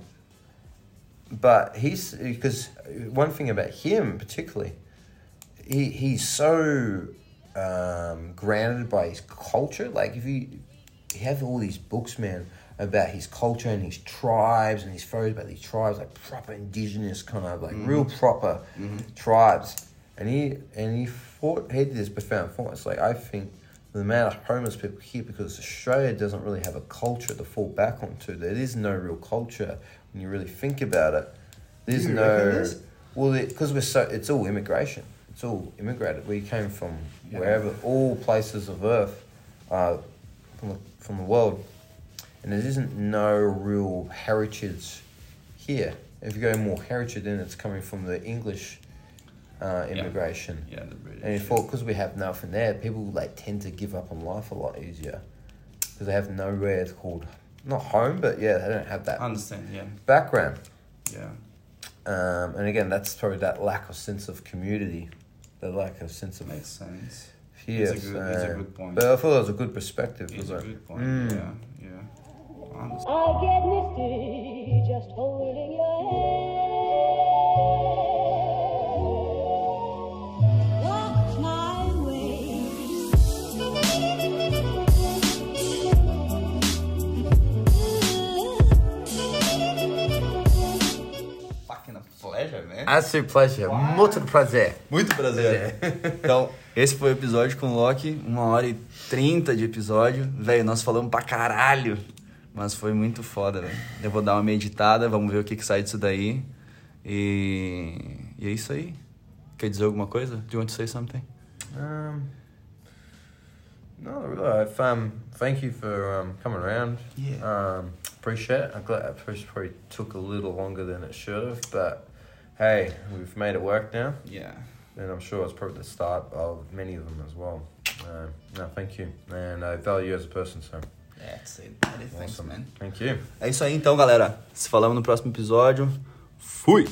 but he's because one thing about him particularly, he he's so um, grounded by his culture. Like if you, you have all these books, man, about his culture and his tribes and his photos about these tribes, like proper indigenous kind of like real proper tribes. And he and he thought he had this profound thought. It's like I think the amount of homeless people here because Australia doesn't really have a culture to fall back onto. There is no real culture when you really think about it. There's You no reckon there's- well, because we're so it's all immigration. It's all immigrated. We came from wherever, all places of Earth, uh, from the, from the world, and there isn't no real heritage here. If you go more heritage, then it's coming from the English uh, immigration. Yeah, the British. And if because we have nothing there, people like tend to give up on life a lot easier because they have nowhere it's called not home, but yeah, they don't have that I understand. Yeah. background. Yeah. Um, and again, that's probably that lack of sense of community, the lack of sense of Makes sense. fear. it's a good- it's a so- good point. But I thought that was a good perspective. Mm. It's was a it? good point. Yeah. Yeah. I understand. I get misty just holding your hand. Walk my way. Fucking a pleasure, man. Absolute pleasure. Muito prazer. Muito prazer. Então, esse foi o episódio com o Loki, uma hora e trinta de episódio. Velho, nós falamos pra né? caralho, mas foi muito foda, velho. Eu vou dar uma meditada, vamos ver o que, que sai disso daí. E, e é isso aí. Quer dizer alguma coisa? Do you want to say something? Um, no, really. I've, um, thank you for um, coming around. Yeah. Um, appreciate it. I'm glad it probably- probably took a little longer than it should have, but hey, we've made it work now, Yeah. and I'm sure it's probably the start of many of them as well. Uh, no, thank you, and I value you as a person, so That's it. awesome. Thank you. É isso aí então, galera. Se falamos no próximo episódio. Fui!